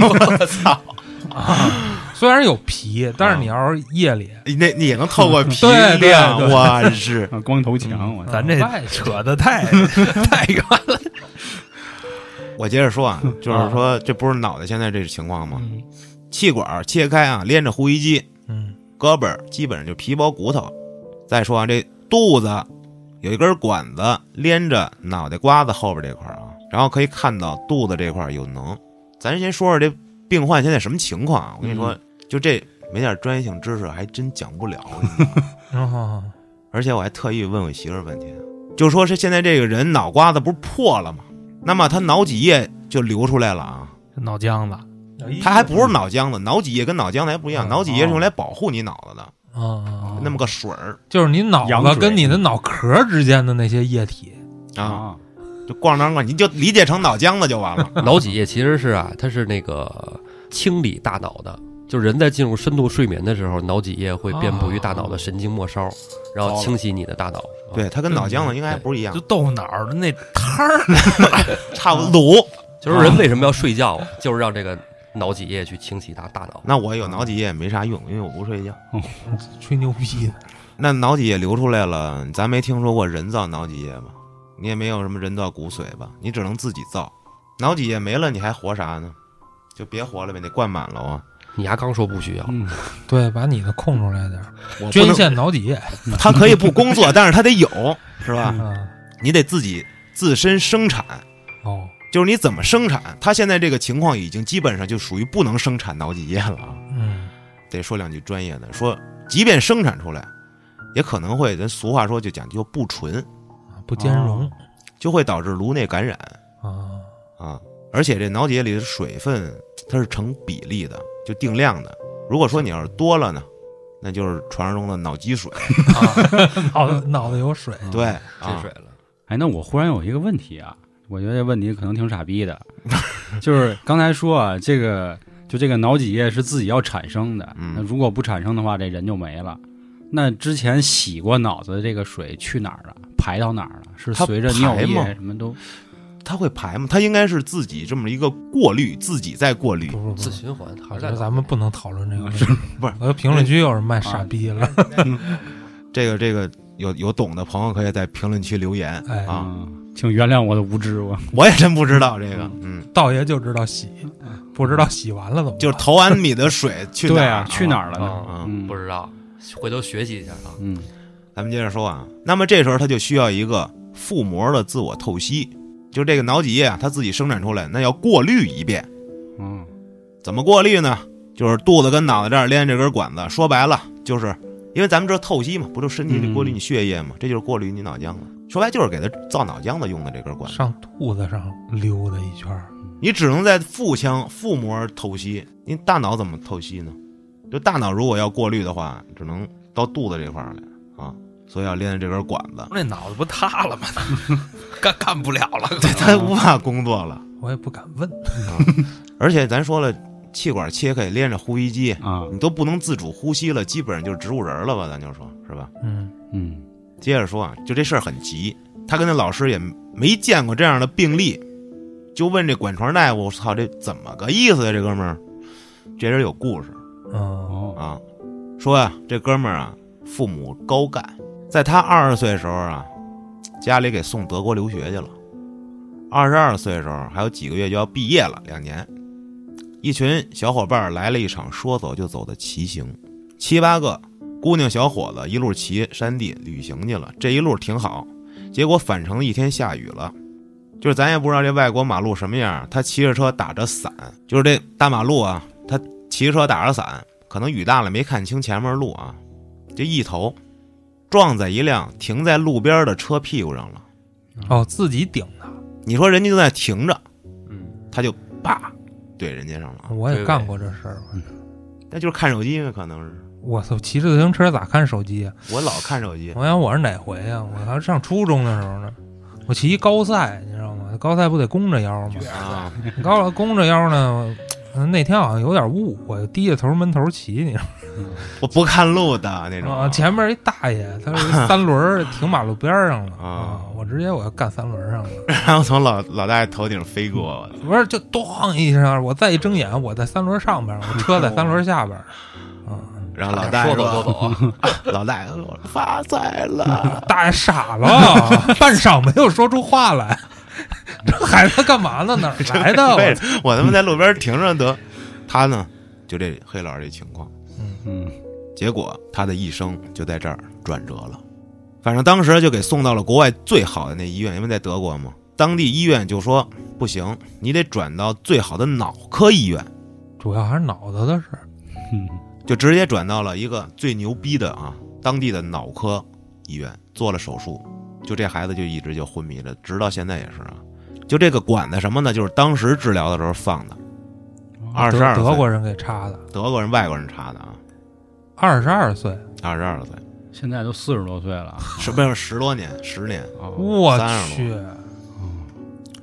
[SPEAKER 2] 我操！
[SPEAKER 1] 啊虽然有皮，但
[SPEAKER 6] 啊
[SPEAKER 1] 是你要是夜里，
[SPEAKER 2] 那你也能透过皮
[SPEAKER 1] 对对
[SPEAKER 2] 亮，
[SPEAKER 1] 对
[SPEAKER 2] 我日！
[SPEAKER 4] 啊光头强，我操
[SPEAKER 6] 咱这
[SPEAKER 1] 外头
[SPEAKER 6] 扯的太太远了。
[SPEAKER 2] 我接着说啊，就是说这不是脑袋现在这情况吗？气管儿切开啊，连着呼吸机，
[SPEAKER 1] <laughs> 嗯，
[SPEAKER 2] 胳膊儿基本上就皮包骨头。再说啊，这肚子有一根管子连着脑袋瓜子后边这块儿啊，然后可以看到肚子这块儿有脓。咱先说说这病患现在什么情况啊？我跟你说，就这没点专业性知识还真讲不了。 <laughs> 我跟你说
[SPEAKER 1] 然后
[SPEAKER 2] 而且我还特意问我媳妇儿问题，就说是现在这个人脑瓜子不是破了吗？那么他脑脊液就流出来了啊，
[SPEAKER 6] 脑浆子，
[SPEAKER 2] 他还
[SPEAKER 1] 啊
[SPEAKER 2] 不是脑浆子，脑脊液跟脑浆子还不一样，
[SPEAKER 1] 嗯
[SPEAKER 2] 脑脊液是用来保护你脑子的，
[SPEAKER 1] 啊啊，
[SPEAKER 2] 那么个水儿
[SPEAKER 1] 就是你脑
[SPEAKER 4] 羊
[SPEAKER 1] 子
[SPEAKER 4] 水
[SPEAKER 1] 跟你
[SPEAKER 2] 嗯
[SPEAKER 1] 的脑壳之间的那些液体，
[SPEAKER 4] 哦
[SPEAKER 2] 啊，就咣当咣，你就理解成脑浆子就完了
[SPEAKER 5] 脑脊液其实是啊，它是那个清理大脑的。就人在进入深度睡眠的时候，脑脊液会遍布于大脑的神经末
[SPEAKER 1] 哦
[SPEAKER 5] 梢，然后清洗你的大脑。啊，
[SPEAKER 2] <laughs> 对，它跟脑浆子应该还不是一样
[SPEAKER 6] 就，豆腐脑儿的那摊儿，
[SPEAKER 2] 差不多。嗯
[SPEAKER 1] 哦
[SPEAKER 5] 就是人为什么要睡觉啊，就是让这个脑脊液去清洗大大脑。
[SPEAKER 2] 那我有脑脊液也没啥用，因为我不睡觉。
[SPEAKER 1] <laughs> 吹牛逼的，
[SPEAKER 2] 那脑脊液流出来了，咱没听说过人造脑脊液吧？你也没有什么人造骨髓吧？你只能自己造。脑脊液没了，你还活啥呢？就别活了呗，得灌满了啊！
[SPEAKER 5] 你牙刚说不需要，
[SPEAKER 4] 嗯，
[SPEAKER 1] 对，把你的空出来点儿，
[SPEAKER 2] 我不
[SPEAKER 1] 捐
[SPEAKER 2] 能，啊
[SPEAKER 1] 献脑脊液
[SPEAKER 2] 他可以不工作，但是他得有，是吧？
[SPEAKER 1] 啊。
[SPEAKER 2] 你得自己自身生产，
[SPEAKER 1] 哦，
[SPEAKER 2] 就是你怎么生产。他现在这个情况已经基本上就属于不能生产脑脊液了啊。
[SPEAKER 1] 嗯，
[SPEAKER 2] 得说两句专业的，说即便生产出来，也可能会人俗话说就讲究不纯，
[SPEAKER 1] 不兼容
[SPEAKER 2] 就会导致颅内感染
[SPEAKER 1] 啊。
[SPEAKER 6] 哦
[SPEAKER 2] 啊。而且这脑脊液里的水分它是成比例的，就定量的。如果说你要是多了呢，那就是传说中的脑积水。
[SPEAKER 1] <laughs> 脑子啊脑子有水，
[SPEAKER 4] 哦
[SPEAKER 2] 对，
[SPEAKER 5] 进
[SPEAKER 2] 啊
[SPEAKER 5] 水，了。
[SPEAKER 4] 哎，那我忽然有一个问题啊，我觉得这问题可能挺傻逼的， <laughs> 就是刚才说啊，这个就这个脑脊液是自己要产生的，
[SPEAKER 2] 嗯
[SPEAKER 4] 那如果不产生的话，这人就没了。那之前洗过脑子的这个水去哪儿了？排到哪儿了？是
[SPEAKER 2] 它
[SPEAKER 4] 随着尿
[SPEAKER 2] 排吗
[SPEAKER 4] 液什么都
[SPEAKER 2] 它会排吗？它应该是自己这么一个过滤，自己在过滤
[SPEAKER 1] 不。不
[SPEAKER 5] 自
[SPEAKER 1] 不，
[SPEAKER 5] 循环还
[SPEAKER 1] 嗯我
[SPEAKER 5] 是
[SPEAKER 1] 觉
[SPEAKER 5] 在
[SPEAKER 1] 得咱们不能讨论这个问题。
[SPEAKER 2] 不是啊
[SPEAKER 1] 我的评论区又是卖傻逼了。 <laughs>
[SPEAKER 2] 这个这个有有懂的朋友可以在评论区留言
[SPEAKER 1] 哎
[SPEAKER 2] 啊，
[SPEAKER 4] 嗯请原谅我的无知，我
[SPEAKER 2] 我也真不知道这个，嗯，
[SPEAKER 1] 道爷就知道洗，不知道洗完了怎么办？
[SPEAKER 2] 就是投完米的水去哪
[SPEAKER 4] 对
[SPEAKER 2] 儿
[SPEAKER 4] 啊，去哪儿了呢？
[SPEAKER 5] 啊，
[SPEAKER 4] 嗯，
[SPEAKER 5] 不
[SPEAKER 4] 是，
[SPEAKER 5] 知道，回头学习一下啊。
[SPEAKER 4] 嗯
[SPEAKER 2] 咱们接着说啊，那么这时候他就需要一个腹膜的自我透析，就这个脑脊液啊，它自己生产出来，那要过滤一遍。
[SPEAKER 4] 嗯
[SPEAKER 2] 怎么过滤呢？就是肚子跟脑袋这儿连着这根管子，说白了就是因为咱们知道透析嘛，不就身体里过滤你血液嘛，这就是过滤你脑浆了。说白就是给它造脑浆的用的这根管子，
[SPEAKER 1] 上肚子上溜达一圈儿，
[SPEAKER 2] 你只能在腹腔腹膜透析。你大脑怎么透析呢？就大脑如果要过滤的话，只能到肚子这块儿来啊，所以要连着这根管 <laughs> 子，
[SPEAKER 6] 那脑子不塌了吗？ <laughs> 干干不了了，
[SPEAKER 2] 它无法工作了。
[SPEAKER 1] 我也不敢问。
[SPEAKER 2] 而且咱说了，气管切开连着呼吸机，
[SPEAKER 4] 啊
[SPEAKER 2] 你都不能自主呼吸了，基本上就是植物人了吧？咱就说是吧？
[SPEAKER 1] 嗯，
[SPEAKER 4] 嗯
[SPEAKER 2] 接着说啊，就这事儿很急，他跟那老师也没见过这样的病例，就问这管床大夫：“我操，这怎么个意思呀、这哥们儿，这人有故事
[SPEAKER 1] 嗯，
[SPEAKER 4] 哦
[SPEAKER 2] 啊！说呀、这哥们儿啊，父母高干，在他二十岁的时候啊，家里给送德国留学去了。二十二岁的时候，还有几个月就要毕业了，两年。一群小伙伴来了一场说走就走的骑行，七八个姑娘小伙子一路骑山地旅行去了，这一路挺好。结果返程的一天下雨了，就是咱也不知道这外国马路什么样。他骑着车打着伞，就是这大马路啊，他骑着车打着伞，可能雨大了没看清前面路啊，这一头撞在一辆停在路边的车屁股上了。
[SPEAKER 1] 哦，自己顶的，
[SPEAKER 2] 你说人家就在停着，
[SPEAKER 5] 嗯，
[SPEAKER 2] 他就叭怼人家上了啊，
[SPEAKER 1] 我也干过这事儿。
[SPEAKER 2] 那就是看手机呗，可能是
[SPEAKER 1] 我操，骑着自行车咋看手机啊？
[SPEAKER 2] 我老看
[SPEAKER 1] <laughs>
[SPEAKER 2] 手机，
[SPEAKER 1] 我想我是哪回啊？我还上初中的时候呢，我骑一高赛，你知道吗？高赛不得弓着腰
[SPEAKER 2] <laughs>
[SPEAKER 1] 吗？
[SPEAKER 2] 啊，
[SPEAKER 1] 高弓着腰呢，我那天好像有点雾，我就低着头闷头骑，你知道吗
[SPEAKER 2] 我不看路的那种啊
[SPEAKER 1] 啊，前面一大爷，他
[SPEAKER 2] <laughs>
[SPEAKER 1] 是一三轮儿停马路边儿上了
[SPEAKER 2] 啊
[SPEAKER 1] 啊，我直接我要干三轮儿上了，
[SPEAKER 2] 然后从老老大爷头顶飞过，我操
[SPEAKER 1] 不是就咚一声，我再一睁眼，我在三轮上边儿，我车在三轮下边儿，啊，
[SPEAKER 2] 然后老大爷
[SPEAKER 5] 说
[SPEAKER 2] 说，
[SPEAKER 5] 走说走啊，
[SPEAKER 2] 老大爷说发财了， <laughs>
[SPEAKER 1] 大爷傻了，半晌没有说出话来，这孩子干嘛呢？哪儿来的？
[SPEAKER 2] <laughs>
[SPEAKER 1] 我
[SPEAKER 2] 为什么我他妈在路边停着得，他呢就这黑老师这情况，
[SPEAKER 4] 嗯 <laughs>
[SPEAKER 2] 结果他的一生就在这儿转折了。反正当时就给送到了国外最好的那医院，因为在德国嘛，当地医院就说不行，你得转到最好的脑科医院。
[SPEAKER 1] 主要还是脑子的事儿。
[SPEAKER 4] 嗯
[SPEAKER 2] 就直接转到了一个最牛逼的啊，当地的脑科医院做了手术，就这孩子就一直就昏迷着，直到现在也是啊。就这个管子什么呢？就是当时治疗的时候放的，二十
[SPEAKER 1] 德
[SPEAKER 2] 二岁
[SPEAKER 1] 德国人给插的，
[SPEAKER 2] 德国人、外国人查的啊，
[SPEAKER 1] 二十二岁，
[SPEAKER 2] 二十二岁，
[SPEAKER 4] 现在都四十多岁了，啊
[SPEAKER 2] 是不是十多年？十年，
[SPEAKER 4] 哦
[SPEAKER 1] 我
[SPEAKER 2] 30
[SPEAKER 1] 去，
[SPEAKER 4] 嗯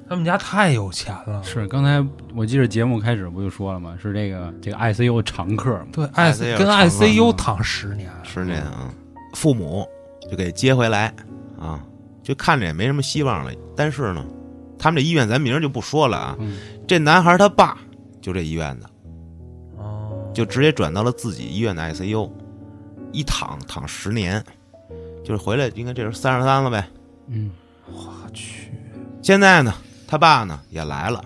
[SPEAKER 1] 他们家太有钱了。
[SPEAKER 4] 是刚才我记得节目开始不就说了吗？是这个这个 ICU 常客嘛，
[SPEAKER 1] 对，I
[SPEAKER 2] ICU
[SPEAKER 1] 跟
[SPEAKER 2] 长
[SPEAKER 1] ICU 躺十年，
[SPEAKER 2] 十年啊。父母就给接回来啊，就看着也没什么希望了。但是呢，他们这医院咱名儿就不说了啊。
[SPEAKER 4] 嗯
[SPEAKER 2] 这男孩他爸就这医院的，
[SPEAKER 1] 哦，
[SPEAKER 2] 就直接转到了自己医院的 ICU，一躺躺十年，就是回来应该这时候三十三了呗。
[SPEAKER 4] 嗯，
[SPEAKER 1] 我去，
[SPEAKER 2] 现在呢，他爸呢也来了，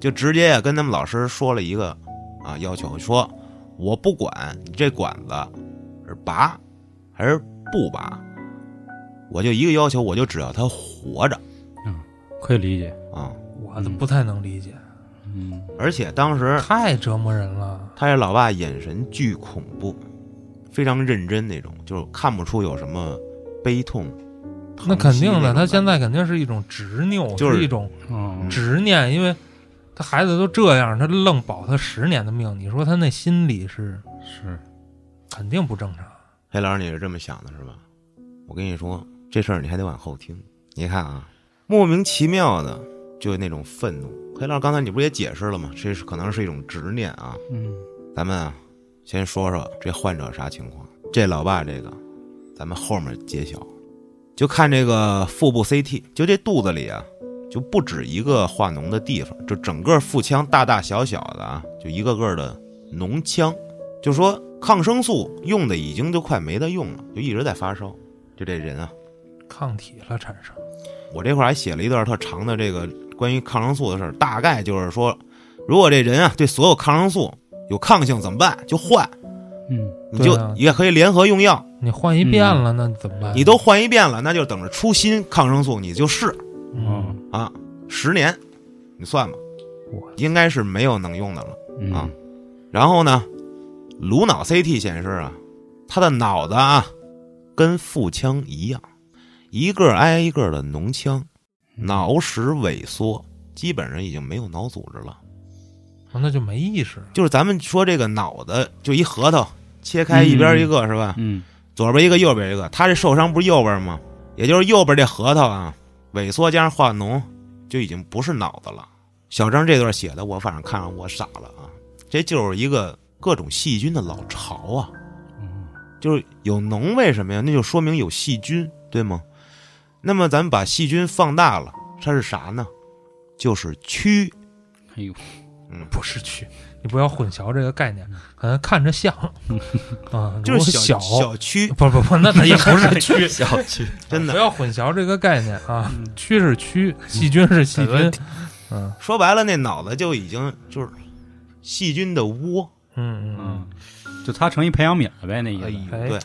[SPEAKER 2] 就直接也跟他们老师说了一个啊要求，说我不管你这管子是拔还是不拔，我就一个要求，我就只要他活着
[SPEAKER 4] 可以理解。
[SPEAKER 2] 啊。
[SPEAKER 1] 我都不太能理解，
[SPEAKER 4] 嗯，
[SPEAKER 2] 而且当时
[SPEAKER 1] 太折磨人了。
[SPEAKER 2] 他这老爸眼神巨恐怖，非常认真那种，就是看不出有什么悲痛。
[SPEAKER 1] 那肯定的，
[SPEAKER 2] 的，
[SPEAKER 1] 他现在肯定是一种执拗，
[SPEAKER 2] 就是嗯
[SPEAKER 1] 是一种
[SPEAKER 4] 哦，
[SPEAKER 1] 执念，因为他孩子都这样，他愣保他十年的命，你说他那心理是
[SPEAKER 4] 是，
[SPEAKER 1] 肯定不正常。
[SPEAKER 2] 黑老师你是这么想的是吧？我跟你说这事儿你还得往后听。你看啊，莫名其妙的就那种愤怒。黑老师刚才你不是也解释了吗？这是可能是一种执念啊。
[SPEAKER 4] 嗯
[SPEAKER 2] 咱们啊，先说说这患者啥情况。这老爸这个，咱们后面揭晓。就看这个腹部 CT，就这肚子里啊，就不止一个化脓的地方，就整个腹腔大大小小的啊，就一个个的脓腔。就说抗生素用的已经就快没得用了，就一直在发烧。就这人啊，
[SPEAKER 1] 抗体了产生，
[SPEAKER 2] 我这块儿还写了一段特长的这个关于抗生素的事儿，大概就是说，如果这人啊对所有抗生素有抗性怎么办？就换。
[SPEAKER 4] 嗯，
[SPEAKER 2] 你就
[SPEAKER 1] 对啊
[SPEAKER 2] 也可以联合用药，
[SPEAKER 1] 你换一遍了，那怎么办？
[SPEAKER 2] 嗯你都换一遍了，那就等着出新抗生素，你就试
[SPEAKER 4] 哦
[SPEAKER 1] 嗯，
[SPEAKER 2] 啊，十年，你算吧
[SPEAKER 1] 我，
[SPEAKER 2] 应该是没有能用的了。
[SPEAKER 4] 嗯
[SPEAKER 2] 啊然后呢，颅脑 CT 显示啊，他的脑子啊，跟腹腔一样，一个挨一个的脓腔，脑室萎缩，基本上已经没有脑组织了。
[SPEAKER 1] 哦那就没意识了。
[SPEAKER 2] 就是咱们说这个脑子，就一核桃切开一边一个、是吧？
[SPEAKER 4] 嗯
[SPEAKER 2] 左边一个，右边一个。他这受伤不是右边吗？也就是右边这核桃啊，萎缩加上化脓，就已经不是脑子了。小张这段写的，我反正看上我傻了啊！这就是一个各种细菌的老巢啊，就是有脓，为什么呀？那就说明有细菌，对吗？那么咱们把细菌放大了，它是啥呢？就是蛆。
[SPEAKER 4] 哎呦，
[SPEAKER 1] 不是蛆，你不要混淆这个概念，可能看着
[SPEAKER 2] <laughs>
[SPEAKER 1] 像，啊，
[SPEAKER 2] 就是
[SPEAKER 1] 小
[SPEAKER 2] 小小蛆，
[SPEAKER 1] 不不不，那它也不是
[SPEAKER 2] <laughs>
[SPEAKER 5] <laughs>
[SPEAKER 1] 蛆，
[SPEAKER 5] 小区
[SPEAKER 2] 真
[SPEAKER 1] 不
[SPEAKER 2] 的
[SPEAKER 1] 要混淆这个概念啊，
[SPEAKER 2] 嗯
[SPEAKER 1] 蛆是蛆，细菌是细菌，嗯
[SPEAKER 2] 说白了，那脑子就已经就是细菌的窝。
[SPEAKER 1] 嗯嗯
[SPEAKER 4] 嗯，就他成一培养皿了呗，那意
[SPEAKER 2] 哎
[SPEAKER 4] 思。
[SPEAKER 2] 呦，
[SPEAKER 1] 哎
[SPEAKER 2] 对，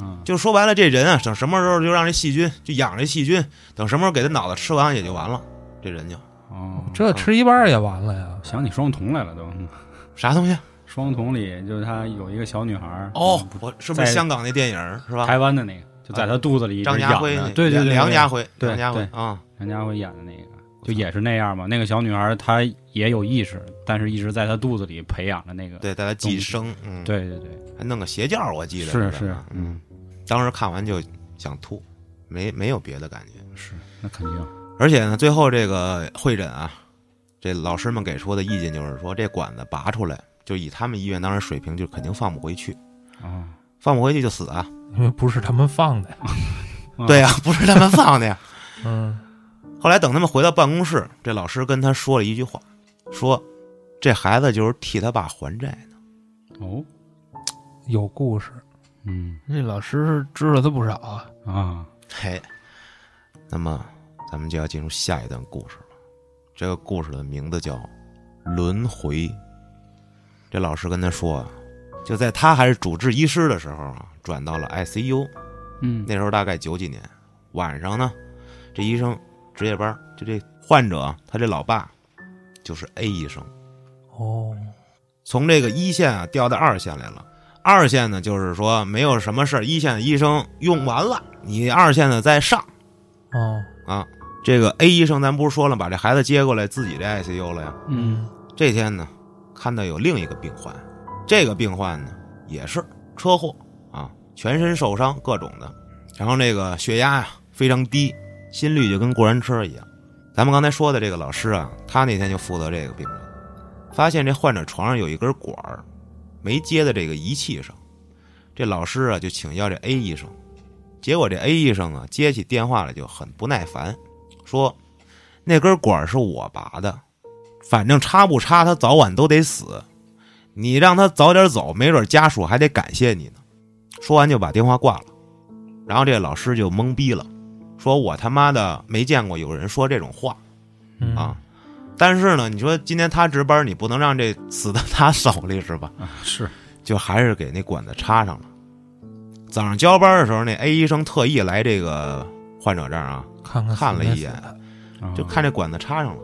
[SPEAKER 4] 嗯，
[SPEAKER 2] 就说白了，这人啊，等什么时候就让这细菌就养这细菌，等什么时候给他脑子吃完也就完了，这人就
[SPEAKER 4] 哦
[SPEAKER 1] 嗯，，这吃一半也完了呀，
[SPEAKER 4] 想起双瞳来了都。嗯
[SPEAKER 2] 啥东西？
[SPEAKER 4] 双瞳里就是他有一个小女孩儿
[SPEAKER 2] 哦，，我是不是
[SPEAKER 4] 在
[SPEAKER 2] 香港那电影是吧？
[SPEAKER 4] 台湾的那个，就在他肚子里一直
[SPEAKER 2] 张
[SPEAKER 4] 养
[SPEAKER 2] 家辉那
[SPEAKER 4] 着，对对对，
[SPEAKER 2] 梁
[SPEAKER 4] 对
[SPEAKER 2] 家辉，
[SPEAKER 4] 对
[SPEAKER 2] 梁家辉
[SPEAKER 4] 对
[SPEAKER 2] 啊，
[SPEAKER 4] 梁家辉演的那个，就也是那样嘛。那个小女孩她也有意识，但是一直在她肚子里培养着那个。
[SPEAKER 2] 对，带他寄生，嗯，，
[SPEAKER 4] 对对对，
[SPEAKER 2] 还弄个邪教，我记得
[SPEAKER 4] 是
[SPEAKER 2] 吧
[SPEAKER 4] 是，
[SPEAKER 2] 嗯
[SPEAKER 4] 嗯，
[SPEAKER 2] 当时看完就想吐，没没有别的感觉。
[SPEAKER 4] 是，那肯定。
[SPEAKER 2] 而且呢，最后这个会诊啊，这老师们给出的意见就是说，这管子拔出来，就以他们医院当时水平，就肯定放不回去，
[SPEAKER 4] 啊，
[SPEAKER 2] 放不回去就死
[SPEAKER 4] 嗯
[SPEAKER 2] 啊。
[SPEAKER 1] 因为不是他们放的呀，
[SPEAKER 4] 啊
[SPEAKER 2] 嗯对呀、不是他们放的呀。
[SPEAKER 1] 嗯，
[SPEAKER 2] 后来等他们回到办公室，这老师跟他说了一句话，说这孩子就是替他爸还债呢。
[SPEAKER 4] 哦，
[SPEAKER 1] 有故事，
[SPEAKER 4] 嗯
[SPEAKER 6] 那老师是知道他不少啊，
[SPEAKER 4] 啊，
[SPEAKER 2] 嘿，那么咱们就要进入下一段故事了。这个故事的名字叫《轮回》。这老师跟他说啊，就在他还是主治医师的时候啊，转到了 ICU。
[SPEAKER 4] 嗯，
[SPEAKER 2] 那时候大概九几年，晚上呢，这医生值夜班，就这患者啊他这老爸就是 A 医生。
[SPEAKER 1] 哦，
[SPEAKER 2] 从这个一线啊调到二线来了。二线呢，就是说没有什么事儿，一线的医生用完了，你二线的再上
[SPEAKER 1] 哦，
[SPEAKER 2] 啊。这个 A 医生，咱不是说了，把这孩子接过来自己这 ICU 了呀。
[SPEAKER 4] 嗯，
[SPEAKER 2] 这天呢，看到有另一个病患，这个病患呢也是车祸啊，全身受伤各种的，然后那个血压呀、非常低，心率就跟过山车一样。咱们刚才说的这个老师啊，他那天就负责这个病人，发现这患者床上有一根管儿没接在这个仪器上，这老师啊就请教这 A 医生，结果这 A 医生啊接起电话来就很不耐烦，说那根管儿是我拔的，反正插不插他早晚都得死，你让他早点走，没准家属还得感谢你呢。说完就把电话挂了。然后这个老师就懵逼了，说我他妈的没见过有人说这种话
[SPEAKER 1] 嗯
[SPEAKER 2] 啊！但是呢，你说今天他值班，你不能让这死到他手里是吧？
[SPEAKER 4] 啊是
[SPEAKER 2] 就还是给那管子插上了。早上交班的时候，那 A 医生特意来这个患者这儿啊，
[SPEAKER 1] 看看
[SPEAKER 2] 看了
[SPEAKER 1] 死没
[SPEAKER 2] 一眼
[SPEAKER 1] 死
[SPEAKER 4] 啊
[SPEAKER 2] 就看这管子插上了，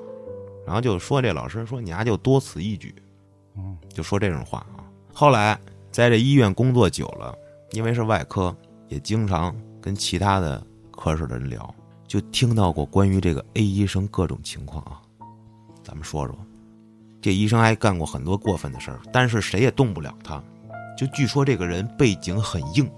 [SPEAKER 2] 然后就说这老师说你丫就多此一举，
[SPEAKER 4] 嗯
[SPEAKER 2] 就说这种话啊。后来在这医院工作久了，因为是外科，也经常跟其他的科室的人聊，就听到过关于这个 A 医生各种情况啊。咱们说说，这医生还干过很多过分的事儿，但是谁也动不了他。就据说这个人背景很硬，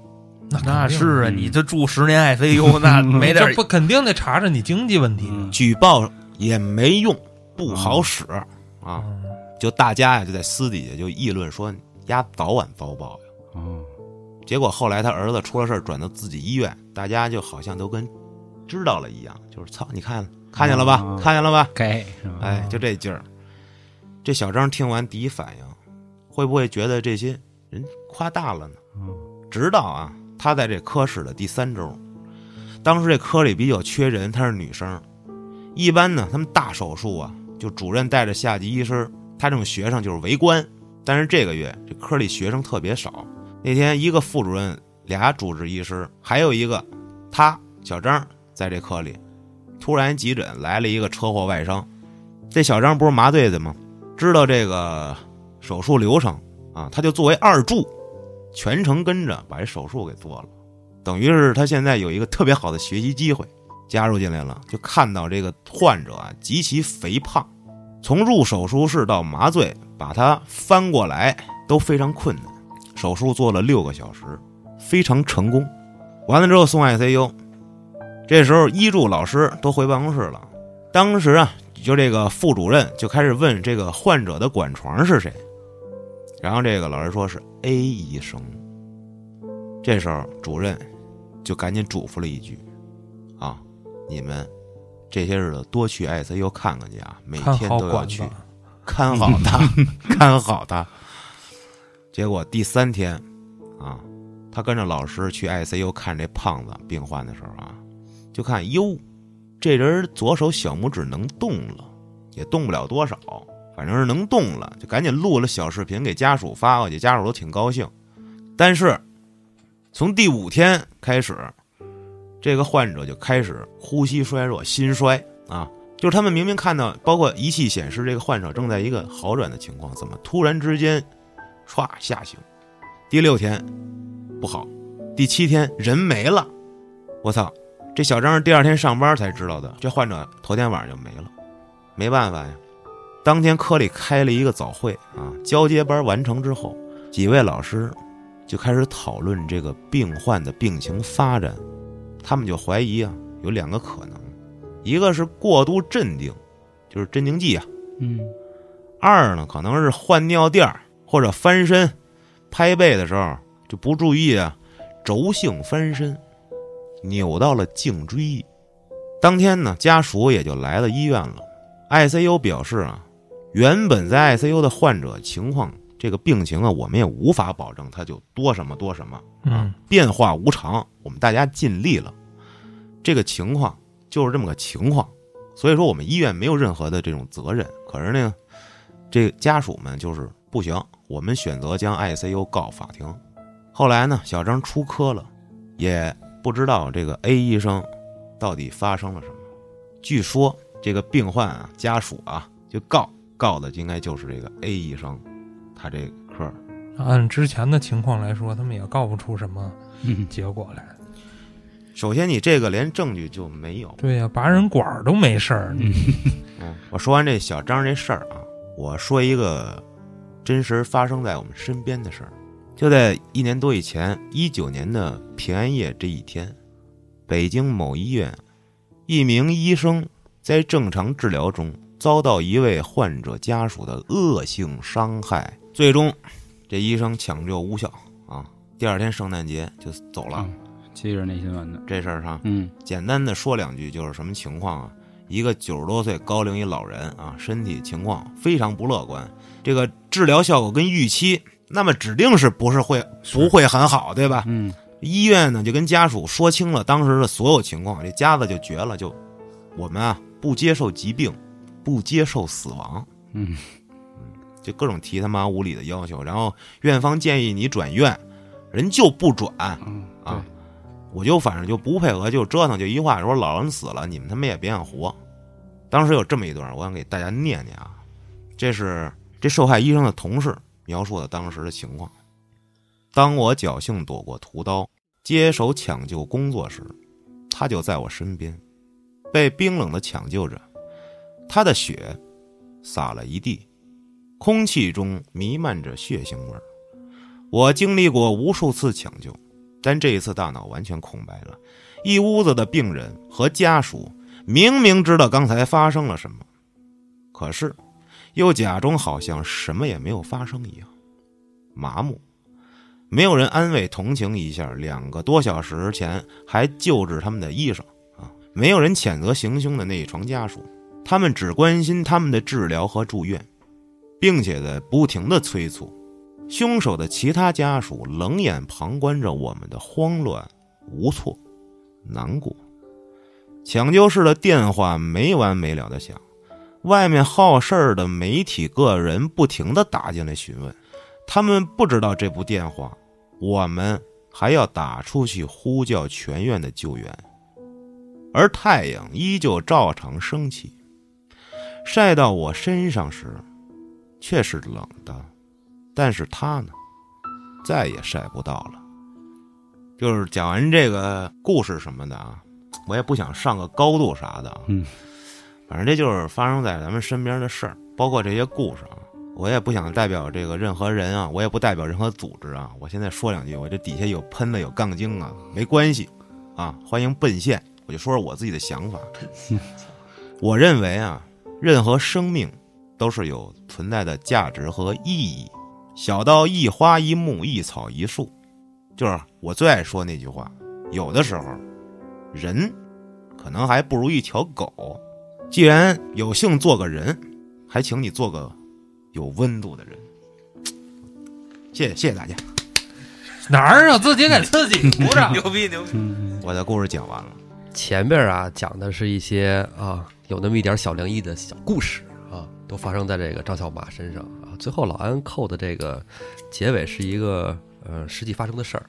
[SPEAKER 1] 那
[SPEAKER 6] 那是啊，
[SPEAKER 4] 嗯
[SPEAKER 6] 你这住十年 <laughs> ICU，那没点
[SPEAKER 1] 这不肯定得查查你经济问题
[SPEAKER 4] 嗯
[SPEAKER 2] 举报也没用，不好使啊。
[SPEAKER 1] 嗯
[SPEAKER 2] 就大家呀就在私底下就议论说，丫早晚遭报啊呀。
[SPEAKER 4] 哦
[SPEAKER 2] 结果后来他儿子出了事儿，转到自己医院，大家就好像都跟知道了一样，就是操，你看看见了吧，
[SPEAKER 4] 啊
[SPEAKER 2] 看见了吧，
[SPEAKER 4] 该是啊吧？
[SPEAKER 2] 哎，就这劲儿。这小张听完第一反应，会不会觉得这些人夸大了呢？
[SPEAKER 4] 嗯
[SPEAKER 2] 直到啊，他在这科室的第三周，当时这科里比较缺人，她是女生，一般呢，他们大手术啊，就主任带着下级医师，他这种学生就是围观。但是这个月这科里学生特别少，那天一个副主任、俩主治医师，还有一个他小张在这科里，突然急诊来了一个车祸外伤，这小张不是麻醉的吗？知道这个手术流程啊，他就作为二助全程跟着把这手术给做了，等于是他现在有一个特别好的学习机会，加入进来了，就看到这个患者啊极其肥胖，从入手术室到麻醉把他翻过来都非常困难，手术做了六个小时，非常成功，完了之后送 ICU，这时候医助老师都回办公室了，当时啊就这个副主任就开始问这个患者的管床是谁。然后这个老师说是 A 医生。这时候主任就赶紧嘱咐了一句：“啊，你们这些日子多去 ICU 看看去啊，每
[SPEAKER 1] 看
[SPEAKER 2] 天
[SPEAKER 1] 好
[SPEAKER 2] 都要
[SPEAKER 1] 管
[SPEAKER 2] 去
[SPEAKER 1] 吧。
[SPEAKER 2] 看好他， <laughs> 看好他。”结果第三天，啊，他跟着老师去 ICU 看这胖子病患的时候啊，就看哟，这人左手小拇指能动了，也动不了多少，反正是能动了，就赶紧录了小视频给家属发过去，家属都挺高兴。但是从第五天开始，这个患者就开始呼吸衰弱、心衰啊，就是他们明明看到，包括仪器显示这个患者正在一个好转的情况，怎么突然之间唰下行？第六天不好，第七天人没了，我操！这小张是第二天上班才知道的，这患者头天晚上就没了，没办法呀。当天科里开了一个早会啊，交接班完成之后，几位老师就开始讨论这个病患的病情发展，他们就怀疑啊，有两个可能，一个是过度镇定，就是镇定剂啊，
[SPEAKER 4] 嗯
[SPEAKER 2] 二呢，可能是换尿垫儿或者翻身、拍背的时候就不注意啊，轴性翻身，扭到了颈椎。啊当天呢，家属也就来了医院了。ICU 表示啊，原本在 ICU 的患者情况，这个病情啊，我们也无法保证他就多什么多什么。
[SPEAKER 1] 嗯，
[SPEAKER 2] 变化无常，我们大家尽力了。这个情况就是这么个情况，所以说我们医院没有任何的这种责任。可是呢，这家属们就是不行，我们选择将 ICU 告法庭。后来呢，小张出科了，也不知道这个 A 医生到底发生了什么。据说这个病患啊，家属啊，就告告的应该就是这个 A 医生，他这科儿
[SPEAKER 1] 嗯按之前的情况来说，他们也告不出什么
[SPEAKER 4] 嗯
[SPEAKER 1] 结果来。
[SPEAKER 2] 首先你这个连证据就没有，
[SPEAKER 1] 对呀、拔人管儿都没事儿，
[SPEAKER 2] 嗯，我说完这小张这事儿啊，我说一个真实发生在我们身边的事儿。就在一年多以前，一九年的平安夜这一天，北京某医院，一名医生在正常治疗中遭到一位患者家属的恶性伤害，最终这医生抢救无效啊，第二天圣诞节就走了。
[SPEAKER 4] 记着那新闻的，
[SPEAKER 2] 这事儿上
[SPEAKER 4] 嗯
[SPEAKER 2] 简单的说两句，就是什么情况啊？一个九十多岁高龄一老人啊，身体情况非常不乐观，这个治疗效果跟预期，那么指定是不是会不会很好，对吧？
[SPEAKER 4] 嗯
[SPEAKER 2] 医院呢就跟家属说清了当时的所有情况，这家子就绝了，就我们啊不接受疾病，不接受死亡，
[SPEAKER 4] 嗯，
[SPEAKER 2] 就各种提他妈无理的要求。然后院方建议你转院，人就不转，
[SPEAKER 4] 嗯
[SPEAKER 2] 啊，我就反正就不配合，就折腾，就一话说老人死了，你们他妈也别想活。当时有这么一段，我想给大家念念啊，这是这受害医生的同事描述的当时的情况。当我侥幸躲过屠刀，接手抢救工作时，他就在我身边，被冰冷的抢救着，他的血洒了一地，空气中弥漫着血腥味儿。我经历过无数次抢救，但这一次大脑完全空白了，一屋子的病人和家属明明知道刚才发生了什么，可是又假装好像什么也没有发生一样，麻木。没有人安慰同情一下两个多小时前还救治他们的医生啊，没有人谴责行凶的那一床家属，他们只关心他们的治疗和住院，并且在不停的催促。凶手的其他家属冷眼旁观着我们的慌乱、无措、难过。抢救室的电话没完没了的响，外面好事儿的媒体个人不停的打进来询问，他们不知道这部电话，我们还要打出去呼叫全院的救援。而太阳依旧照常升起，晒到我身上时，却是冷的。但是他呢，再也晒不到了。就是讲完这个故事什么的啊，我也不想上个高度啥的啊。
[SPEAKER 4] 嗯，
[SPEAKER 2] 反正这就是发生在咱们身边的事儿，包括这些故事啊。我也不想代表这个任何人啊，我也不代表任何组织啊。我现在说两句，我这底下有喷的，有杠精啊，没关系啊，欢迎奔现。我就说说我自己的想法。我认为啊，任何生命都是有存在的价值和意义。小到一花一木一草一树，就是我最爱说那句话。有的时候，人可能还不如一条狗。既然有幸做个人，还请你做个有温度的人。谢谢谢谢大家，
[SPEAKER 1] 哪儿啊？自己给自己鼓掌。
[SPEAKER 6] 牛逼牛逼！
[SPEAKER 4] 嗯，
[SPEAKER 2] 我的故事讲完了。
[SPEAKER 5] 前边啊讲的是一些啊有那么一点小灵异的小故事啊，都发生在这个张小马身上啊。最后老安扣的这个结尾是一个呃实际发生的事儿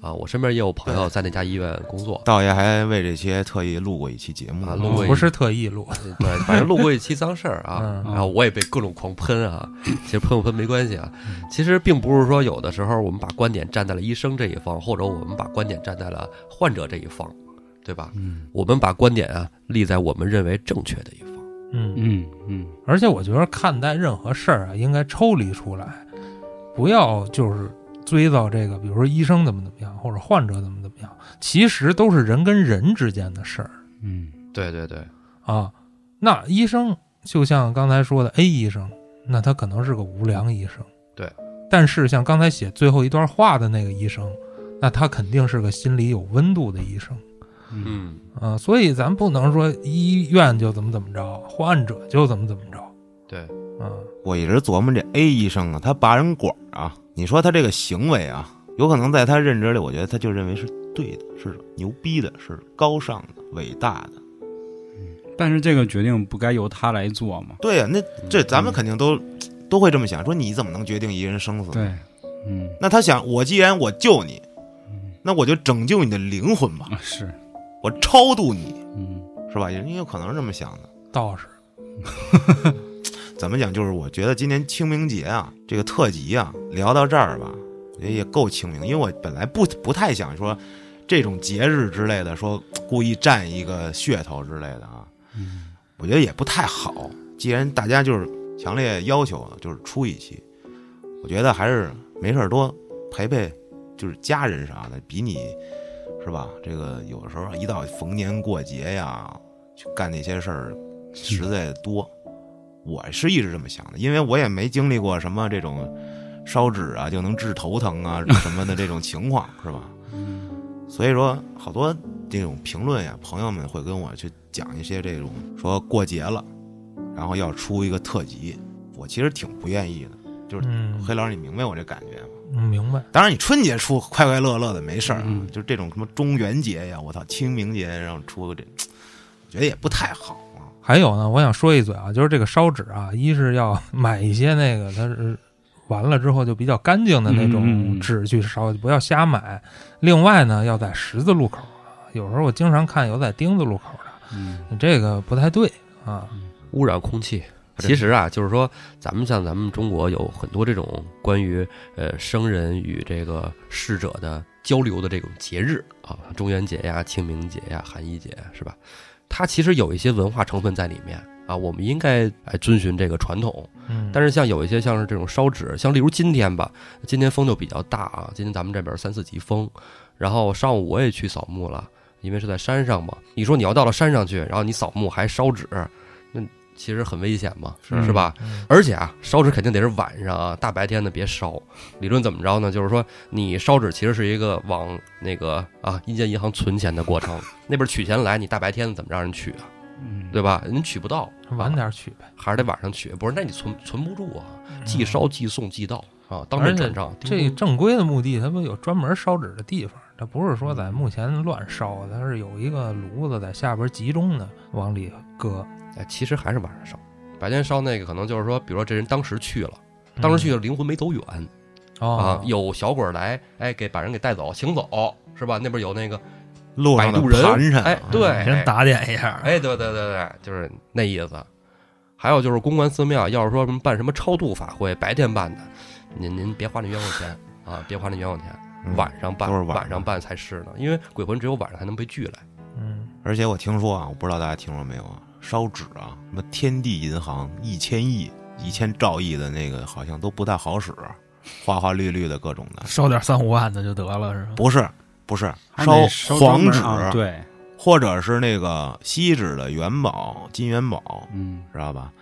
[SPEAKER 5] 啊。我身边也有朋友在那家医院工作
[SPEAKER 2] 道爷还为这些特意录过一期节目
[SPEAKER 5] 啊，
[SPEAKER 2] 呢
[SPEAKER 5] 路过
[SPEAKER 1] 嗯
[SPEAKER 5] 一呃
[SPEAKER 1] 不是特意录的，
[SPEAKER 5] 对，反正路过一期脏事儿啊，
[SPEAKER 1] 嗯
[SPEAKER 5] 然后我也被各种狂喷啊。其实喷不喷没关系啊，
[SPEAKER 1] 嗯
[SPEAKER 5] 其实并不是说有的时候我们把观点站在了医生这一方，或者我们把观点站在了患者这一方，对吧？
[SPEAKER 4] 嗯
[SPEAKER 5] 我们把观点啊立在我们认为正确的一方。
[SPEAKER 1] 嗯，
[SPEAKER 4] 嗯嗯
[SPEAKER 1] 而且我觉得看待任何事儿啊，应该抽离出来，不要就是追到这个，比如说医生怎么怎么样，或者患者怎么怎么样，其实都是人跟人之间的事儿
[SPEAKER 4] 嗯
[SPEAKER 5] 对对对，
[SPEAKER 1] 啊。那医生就像刚才说的 A 医生，那他可能是个无良医生，
[SPEAKER 5] 对。
[SPEAKER 1] 但是像刚才写最后一段话的那个医生，那他肯定是个心里有温度的医生。
[SPEAKER 4] 嗯
[SPEAKER 5] 嗯，
[SPEAKER 1] 啊，所以咱不能说医院就怎么怎么着，患者就怎么怎么着
[SPEAKER 5] 对，
[SPEAKER 1] 啊。
[SPEAKER 2] 我一直琢磨这 A 医生啊，他拔人管儿啊，你说他这个行为啊，有可能在他认知里，我觉得他就认为是对的，是牛逼的，是高尚的、伟大的。
[SPEAKER 4] 但是这个决定不该由他来做嘛？
[SPEAKER 2] 对呀、啊那
[SPEAKER 4] 嗯
[SPEAKER 2] 这咱们肯定都、都会这么想，说你怎么能决定一个人生死？
[SPEAKER 4] 对，嗯
[SPEAKER 2] 那他想，我既然我救你，
[SPEAKER 4] 嗯
[SPEAKER 2] 那我就拯救你的灵魂吧，
[SPEAKER 4] 啊是，
[SPEAKER 2] 我超度你，
[SPEAKER 4] 嗯
[SPEAKER 2] 是吧？人家有可能是这么想的。
[SPEAKER 1] 道士，
[SPEAKER 2] 怎么讲？就是我觉得今年清明节啊，这个特辑啊，聊到这儿吧，我觉得也够清明，因为我本来不不太想说这种节日之类的，说故意占一个噱头之类的啊，
[SPEAKER 4] 嗯
[SPEAKER 2] 我觉得也不太好。既然大家就是强烈要求，就是出一期，我觉得还是没事儿多陪陪，就是家人啥的，比你是吧？这个有时候一到逢年过节呀，去干那些事儿实在多。我是一直这么想的，因为我也没经历过什么这种烧纸啊就能治头疼啊什么的这种情况，是吧？
[SPEAKER 4] 嗯
[SPEAKER 2] 所以说，好多这种评论呀，朋友们会跟我去讲一些这种说过节了，然后要出一个特辑，我其实挺不愿意的。
[SPEAKER 1] 嗯，
[SPEAKER 2] 黑老师，你明白我这感觉吗？
[SPEAKER 1] 嗯，明白。
[SPEAKER 2] 当然，你春节出快快乐乐的没事儿、啊，
[SPEAKER 4] 嗯
[SPEAKER 2] 就这种什么中元节呀，我操，清明节然后出个这，我觉得也不太好啊。
[SPEAKER 1] 还有呢，我想说一嘴啊，就是这个烧纸啊，一是要 <laughs> 买一些那个它是完了之后就比较干净的那
[SPEAKER 4] 嗯嗯
[SPEAKER 1] 种
[SPEAKER 4] 嗯
[SPEAKER 1] 纸去烧，不要瞎买。另外呢，要在十字路口啊，有时候我经常看有在丁字路口的，
[SPEAKER 4] 嗯
[SPEAKER 1] 你这个不太对啊。
[SPEAKER 5] 污染空气。其实啊，就是说，咱们像咱们中国有很多这种关于呃生人与这个逝者的交流的这种节日啊，中元节呀、清明节呀、寒衣节呀是吧？它其实有一些文化成分在里面啊，我们应该哎遵循这个传统，
[SPEAKER 1] 嗯，
[SPEAKER 5] 但
[SPEAKER 1] 是
[SPEAKER 5] 是像有一些像是这种烧纸，像例如今天吧，今天风就比较大啊，今天咱们这边三四级风，然后上午我也去扫墓了，因为是在山上嘛。你说你要到了山上去，然后你扫墓还烧纸，那其实很危险嘛，是是吧？而且啊，烧纸肯定得是晚上啊，大白天的别烧。理论怎么着呢？就是说你烧纸其实是一个往那个啊阴间银行存钱的过程，那边取钱来，你大白天的怎么让人取啊？
[SPEAKER 4] 嗯，
[SPEAKER 5] 对吧？人取不到，
[SPEAKER 1] 晚点取呗。
[SPEAKER 5] 还是得晚上取，不是？那你存存不住啊。即
[SPEAKER 1] 嗯
[SPEAKER 5] 烧即送即到啊，当面转账。叮
[SPEAKER 1] 这
[SPEAKER 5] 咚
[SPEAKER 1] 正规的墓地，它不有专门烧纸的地方，它不是说在墓前乱烧，它是有一个炉子在下边集中的往里搁。
[SPEAKER 5] 哎，其实还是晚上烧，白天烧那个可能就是说，比如说这人当时去了，
[SPEAKER 1] 嗯
[SPEAKER 5] 当时去了灵魂没走远啊
[SPEAKER 1] 哦，，
[SPEAKER 5] 有小鬼儿来，哎，给把人给带走，请走是吧？那边有那个
[SPEAKER 2] 路
[SPEAKER 5] 摆
[SPEAKER 2] 上的
[SPEAKER 5] 渡人
[SPEAKER 2] 盘缠，啊
[SPEAKER 5] 哎，对，哎
[SPEAKER 6] 先打点一下。
[SPEAKER 5] 哎，对对对对，就是那意思。还有就是公关寺庙，要是说什么办什么超度法会，白天办的，您您别花那冤枉钱啊，别花那冤枉钱，
[SPEAKER 2] 嗯
[SPEAKER 5] 晚上办
[SPEAKER 2] 都是晚上
[SPEAKER 5] 晚上办才是呢，因为鬼魂只有晚上才能被聚来。
[SPEAKER 1] 嗯，
[SPEAKER 2] 而且我听说啊，我不知道大家听说没有啊，烧纸啊，什么天地银行一千亿、一千兆亿的那个，好像都不太好使，花花绿绿的各种的。
[SPEAKER 6] 烧点三五万的就得了，是吧？
[SPEAKER 2] 不是，不是，
[SPEAKER 4] 还得烧专
[SPEAKER 2] 黄
[SPEAKER 4] 门
[SPEAKER 2] 纸，
[SPEAKER 4] 啊对，
[SPEAKER 2] 或者是那个锡纸的元宝、金元宝，
[SPEAKER 4] 嗯，
[SPEAKER 2] 知道吧？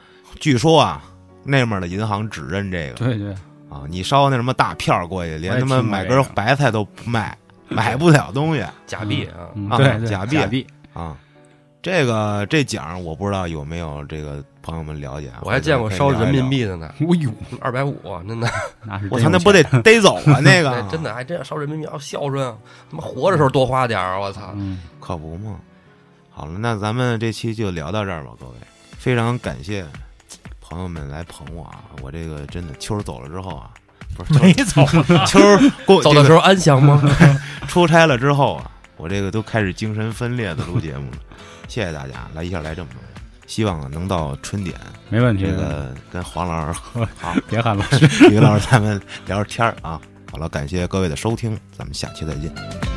[SPEAKER 2] 据说啊，那面的银行只认这个
[SPEAKER 4] 对对，
[SPEAKER 2] 啊，你烧那什么大票过去，
[SPEAKER 4] 我
[SPEAKER 2] 连
[SPEAKER 4] 也
[SPEAKER 2] 他妈
[SPEAKER 4] 听过
[SPEAKER 2] 买
[SPEAKER 4] 这
[SPEAKER 2] 根
[SPEAKER 4] 个
[SPEAKER 2] 白菜都不
[SPEAKER 5] <laughs>
[SPEAKER 2] 卖，买不了东西
[SPEAKER 5] 假币啊，
[SPEAKER 4] 嗯
[SPEAKER 2] 啊
[SPEAKER 4] 对对
[SPEAKER 2] 假
[SPEAKER 4] 假
[SPEAKER 2] 币
[SPEAKER 4] 币，
[SPEAKER 2] 啊。这个这奖我不知道有没有这个朋友们了解啊，
[SPEAKER 5] 我还见过烧人民
[SPEAKER 2] 币。
[SPEAKER 5] 币的呢，
[SPEAKER 4] 哎呦，
[SPEAKER 5] <laughs> 二百五，真的，
[SPEAKER 4] 那是
[SPEAKER 2] 啊我
[SPEAKER 4] 真
[SPEAKER 2] 操，
[SPEAKER 4] 有
[SPEAKER 2] 那不
[SPEAKER 4] 钱
[SPEAKER 2] 得逮走啊？那个
[SPEAKER 5] 哎 <laughs> 真的还真要烧人民币要孝顺啊，他妈活着时候多花点儿，我操！
[SPEAKER 4] 嗯，
[SPEAKER 2] 可不嘛。好了，那咱们这期就聊到这儿吧，各位。非常感谢朋友们来捧我啊！我这个真的秋儿走了之后啊，不
[SPEAKER 5] <laughs>
[SPEAKER 2] 是秋
[SPEAKER 6] 没走，
[SPEAKER 2] 儿 <laughs> 秋儿过
[SPEAKER 5] 啊走的时候安详吗？
[SPEAKER 2] 候出差了之后啊，我这个都开始精神分裂的录节目了。 <laughs> 谢谢大家，来一下来这么多，希望能到春点
[SPEAKER 4] 没问题
[SPEAKER 2] 这
[SPEAKER 4] 的，
[SPEAKER 2] 个跟黄老师、 <laughs>
[SPEAKER 4] 别喊了。
[SPEAKER 2] 于老师咱们聊聊天儿啊。好了，感谢各位的收听，咱们下期再见。